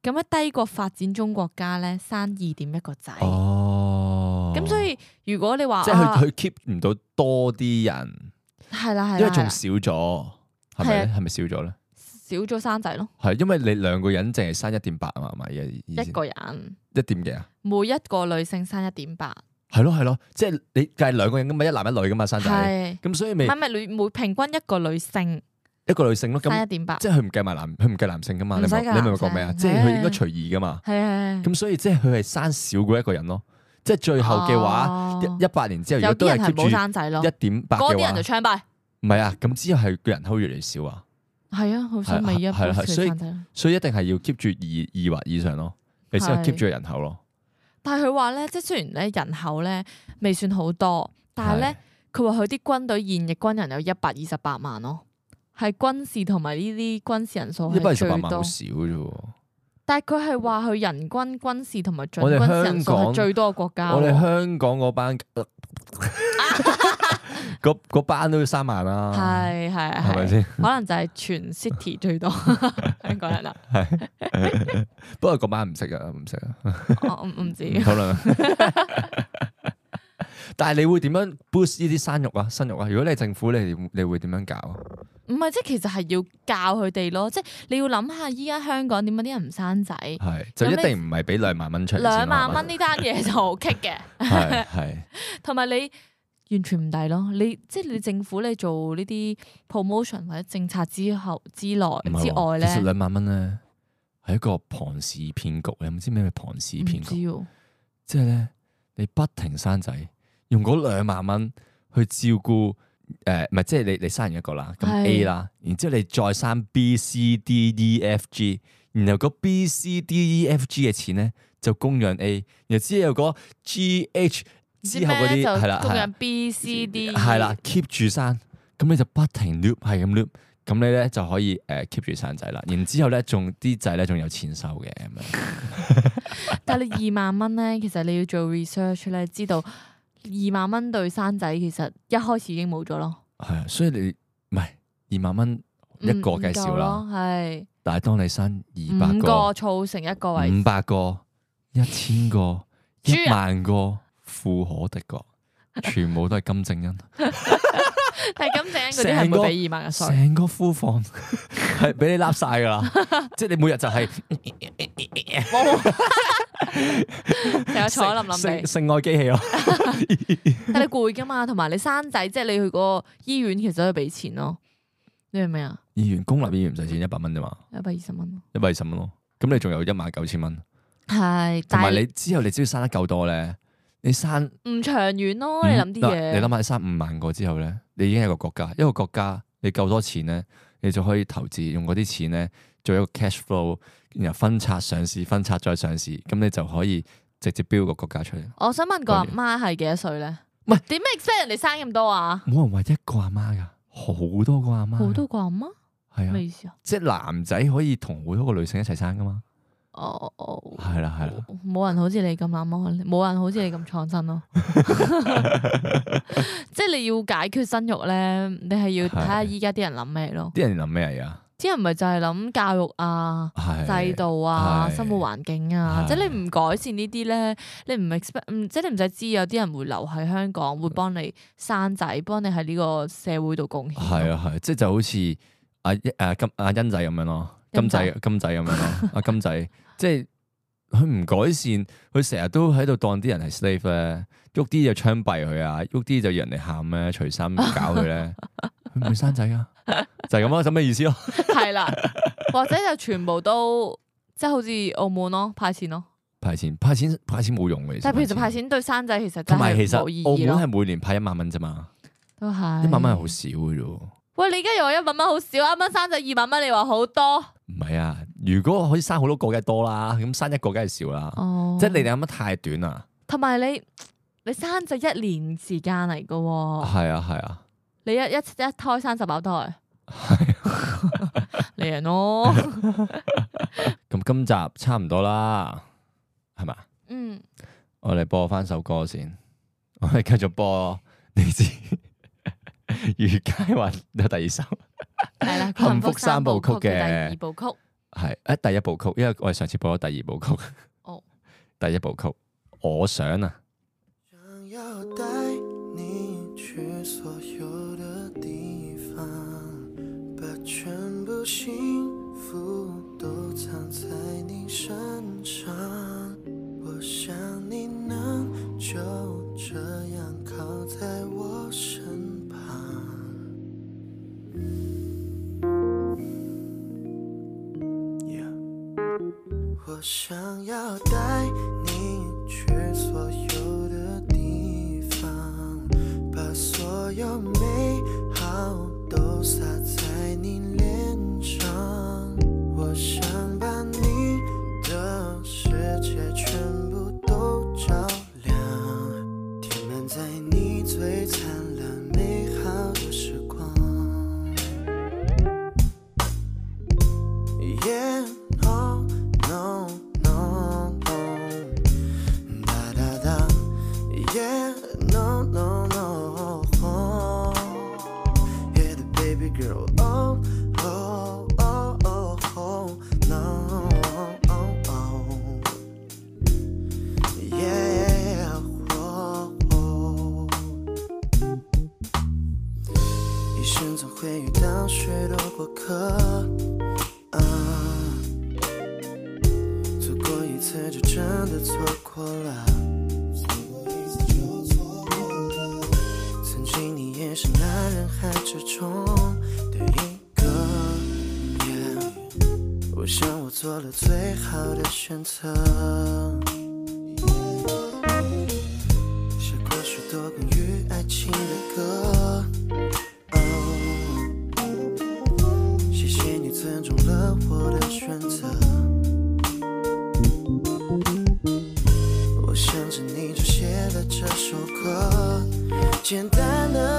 Speaker 2: 咁喺低過發展中國家咧生二點一個仔。
Speaker 1: 哦，
Speaker 2: 咁所以如果你話
Speaker 1: 即係
Speaker 2: 啊
Speaker 1: 佢佢 keep 唔到多啲人，
Speaker 2: 係啦係啦，
Speaker 1: 因為
Speaker 2: 係
Speaker 1: 仲
Speaker 2: 啦
Speaker 1: 少咗，係咪
Speaker 2: 係
Speaker 1: 咧？係咪少咗咧？
Speaker 2: 少咗生仔咯，
Speaker 1: 係因為你兩個人淨係生一點八啊嘛，係咪而家以前
Speaker 2: 一個人
Speaker 1: 一點幾啊？
Speaker 2: 每一個女性生一點八，
Speaker 1: 係咯係咯，即係你計兩個人咁嘛，一男一女噶嘛生仔，
Speaker 2: 係
Speaker 1: 咁所以
Speaker 2: 唔
Speaker 1: 咪
Speaker 2: 係唔係女每平均一個女性
Speaker 1: 一個女性咯，
Speaker 2: 生
Speaker 1: 咁
Speaker 2: 一點八，
Speaker 1: 即係佢唔計埋男，佢唔計男性噶嘛，你
Speaker 2: 唔使
Speaker 1: 明
Speaker 2: 㗎
Speaker 1: 你明唔明我講咩啊？
Speaker 2: 男
Speaker 1: 即
Speaker 2: 性
Speaker 1: 係佢應該
Speaker 2: 係
Speaker 1: 隨意噶嘛，
Speaker 2: 係係係
Speaker 1: 咁所以即係佢係生少過一個人咯，即係最後嘅話，
Speaker 2: 哦
Speaker 1: 一一百年之後如
Speaker 2: 有
Speaker 1: 果都
Speaker 2: 啲
Speaker 1: 係
Speaker 2: 人係
Speaker 1: keep 住
Speaker 2: 冇生仔咯，
Speaker 1: 一點八
Speaker 2: 嗰
Speaker 1: 嘅
Speaker 2: 啲人就，
Speaker 1: 話
Speaker 2: 槍斃。
Speaker 1: 唔係啊，咁之後係個人口越嚟越少啊。
Speaker 2: 係啊，好想咪一
Speaker 1: 係啊係
Speaker 2: 般
Speaker 1: 啊係啊所以
Speaker 2: 生仔咯。
Speaker 1: 所以一定係要 keep 住二二或以上咯，你先可以
Speaker 2: 係
Speaker 1: keep 住個人口咯。
Speaker 2: 但係佢話咧，即係雖然咧人口咧未算好多，但係咧佢話佢啲軍隊現役軍人有一百二十八萬咯，係軍事同埋呢啲軍事人數
Speaker 1: 一百二
Speaker 2: 係
Speaker 1: 十
Speaker 2: 哦最
Speaker 1: 八萬好
Speaker 2: 多。
Speaker 1: 少啫喎。
Speaker 2: 但係佢係話佢人均軍事同埋準
Speaker 1: 我哋
Speaker 2: 軍事人數
Speaker 1: 香港
Speaker 2: 係最多嘅國家
Speaker 1: 我哋
Speaker 2: 喎。
Speaker 1: 香港 嗰班嗰嗰班都要三萬啦，
Speaker 2: 係係
Speaker 1: 係咪
Speaker 2: 係，
Speaker 1: 先？
Speaker 2: 可能就係全 city 最多 香港 人啦。啊
Speaker 1: 不過嗰班唔識啊，唔識啊，
Speaker 2: 我唔唔知
Speaker 1: 唔討論啊。 但係你會點樣 boost 呢啲生育啊、生育啊？如果你係政府，你點你會點樣搞啊？
Speaker 2: 唔係，即係其實係要教佢哋咯，即係你要諗下依家香港點解啲人唔生仔，
Speaker 1: 係就
Speaker 2: 有
Speaker 1: 一
Speaker 2: 咩嗯
Speaker 1: 定唔係俾兩萬蚊出嚟先啦
Speaker 2: 兩萬蚊，呢單嘢就好棘嘅，
Speaker 1: 係咪係係
Speaker 2: 同埋你完全唔抵咯，你即係你政府你做呢啲 promotion 或者政策之後之內
Speaker 1: 唔係
Speaker 2: 之外
Speaker 1: 喎其實
Speaker 2: 咧，
Speaker 1: 兩萬蚊咧係一個龐氏騙局，你有冇知咩叫龐氏
Speaker 2: 唔
Speaker 1: 騙
Speaker 2: 知
Speaker 1: 局？
Speaker 2: 喎，
Speaker 1: 即係咧，你不停生仔，用嗰兩萬蚊去照顧诶，唔係即係你你生完一個啦，咁
Speaker 2: 係
Speaker 1: A 啦，然之后你再生 B、C、D、E、F、G，然後嗰 B、C、D、E、F、G 嘅錢咧就供養 A，然後之後嗰 G、H 之後嗰
Speaker 2: 咩
Speaker 1: 啲
Speaker 2: 就
Speaker 1: 係啦，
Speaker 2: 供
Speaker 1: 係啦
Speaker 2: 養 B、C、D，
Speaker 1: 係啦，，keep 住生，咁你就不停 loop 係咁 loop，咁你咧就可以誒 keep 住生仔啦。然之後咧，仲啲仔咧仲有錢收嘅咁樣，
Speaker 2: 但係你二萬蚊咧，其實你要做 research 咧，知道二萬蚊對生仔其實一開始已經冇咗咯，
Speaker 1: 係啊，所以你唔係二萬蚊一
Speaker 2: 唔
Speaker 1: 個計
Speaker 2: 嗯
Speaker 1: 少，
Speaker 2: 唔夠
Speaker 1: 啦，
Speaker 2: 咯係。
Speaker 1: 但係當你生二百
Speaker 2: 五個
Speaker 1: 個、嗯
Speaker 2: 湊成一個位，
Speaker 1: 五百個、一千個、
Speaker 2: 豬
Speaker 1: 一
Speaker 2: 啊
Speaker 1: 萬個，富可敵國，全部都係金正恩，
Speaker 2: 但係金正恩嗰啲係
Speaker 1: 成個
Speaker 2: 冇俾二萬嘅，sorry。啊
Speaker 1: 成個庫 房係俾你笠晒㗎啦，即係你每日 就係
Speaker 2: 成日坐喺冧
Speaker 1: 性
Speaker 2: 冧地，
Speaker 1: 性愛機器咯。
Speaker 2: 但你攰噶嘛，同埋你生仔，即係你去個醫院，其實都要俾錢咯。你明唔明啊？
Speaker 1: 醫院公立醫院唔使錢，一百蚊啫嘛，
Speaker 2: 一百二十蚊咯，
Speaker 1: 一百二十蚊咯。咁你仲有一萬九千蚊，
Speaker 2: 係，
Speaker 1: 同
Speaker 2: 但
Speaker 1: 埋
Speaker 2: 係
Speaker 1: 你之後你只要生得夠多咧，你生
Speaker 2: 唔長遠咯。
Speaker 1: 五
Speaker 2: 你諗啲
Speaker 1: 嗱你
Speaker 2: 嘢，
Speaker 1: 諗下你生五萬個之後咧，你已經係一個國家，一個國家你夠多錢咧，你就可以投資用嗰啲錢咧做一個 cash flow，然後分拆上市，分拆再上市，咁你就可以直接標個國家出嚟。
Speaker 2: 我想問個阿媽係幾多歲咧？
Speaker 1: 唔係
Speaker 2: 點 expect 人哋生咁多啊？
Speaker 1: 冇人話一個阿媽㗎，好多個阿媽㗎，
Speaker 2: 好多個阿媽
Speaker 1: 係
Speaker 2: 咩
Speaker 1: 啊，
Speaker 2: 意思啊？
Speaker 1: 即係男仔可以同好多個女性一齊生㗎嘛，
Speaker 2: 哦哦哦，
Speaker 1: 係啦係啦。
Speaker 2: 冇人好似你咁諗咯，冇人好似你咁創新 咯。即係你要解決生育咧，你係要睇下
Speaker 1: 係
Speaker 2: 依家啲人諗咩咯。
Speaker 1: 啲人諗咩嚟啊？
Speaker 2: 啲人咪就係諗教育啊、
Speaker 1: 係
Speaker 2: 制度啊、
Speaker 1: 係
Speaker 2: 生活環境啊，
Speaker 1: 係
Speaker 2: 即係你唔改善呢啲咧，你唔 expect，嗯即係你唔使知有啲人會留喺香港，會幫你生仔，幫你喺呢個社會度貢獻。
Speaker 1: 係，啊係，即係就好似阿一阿金阿欣仔咁樣咯，金
Speaker 2: 欣
Speaker 1: 仔
Speaker 2: 仔
Speaker 1: 金仔咁樣咯，阿金仔即係佢唔改善，佢成日都喺度當啲人係 slave 咧，喐啲就槍斃佢啊，喐啲就要人哋喊咧，除衫搞佢 咧，佢唔會生仔啊，就係咁咯，咁嘅意思咯，
Speaker 2: 係啦，或者就全部都即係好似澳門咯，派錢咯。
Speaker 1: 派錢派錢派錢冇用嘅，
Speaker 2: 但係其實派。錢對生仔其實真
Speaker 1: 同埋
Speaker 2: 係
Speaker 1: 其實
Speaker 2: 冇意義
Speaker 1: 澳
Speaker 2: 咯，
Speaker 1: 門係每年派一萬蚊啫嘛，
Speaker 2: 都係
Speaker 1: 一萬蚊係好少嘅啫喎。
Speaker 2: 喂，你而家又話一萬蚊好少，啱啱生仔二萬蚊，你話好多
Speaker 1: 唔係啊，如果可以生好多個梗係多啦，咁生一個梗係少啦。
Speaker 2: 哦
Speaker 1: 即係你哋諗得太短啦。
Speaker 2: 同埋你你生仔一年時間嚟噶喎。
Speaker 1: 係啊係啊，
Speaker 2: 你一一一胎生十八胎，
Speaker 1: 啊
Speaker 2: 你人咯，
Speaker 1: 咁今集差唔多啦，係嘛？
Speaker 2: 嗯，
Speaker 1: 我哋播翻首歌先， 我哋繼續播 你知余佳雲有第二首
Speaker 2: 系啦，
Speaker 1: 幸福三部曲嘅
Speaker 2: 第二部曲，
Speaker 1: 係誒第一部曲，因為我哋上次播咗第二部曲。
Speaker 2: 哦，
Speaker 1: 第一部曲，我想啊，
Speaker 3: 想要带你去所有的地方，把全样靠在我身旁，我想要带你去所有的地方，把所有美好都洒在你脸上。我想把你的世界全部都照亮，填满在你最灿烂美好的时光。Yeah, no, no, no, no. Da da da. Yeah, no, no, no. Yeah, the baby girl. Oh, oh, oh, oh, oh, no. Oh, oh. Yeah, oh, oh. 一生总会遇到许多过客。啊，错过一次就真的错过了。曾经你也是那人海之中的一个，yeah，我想我做了最好的选择。写过许多关于爱情的歌。哦，谢谢你尊重了我的选择。我想着你就写了这首歌，简单的，Oh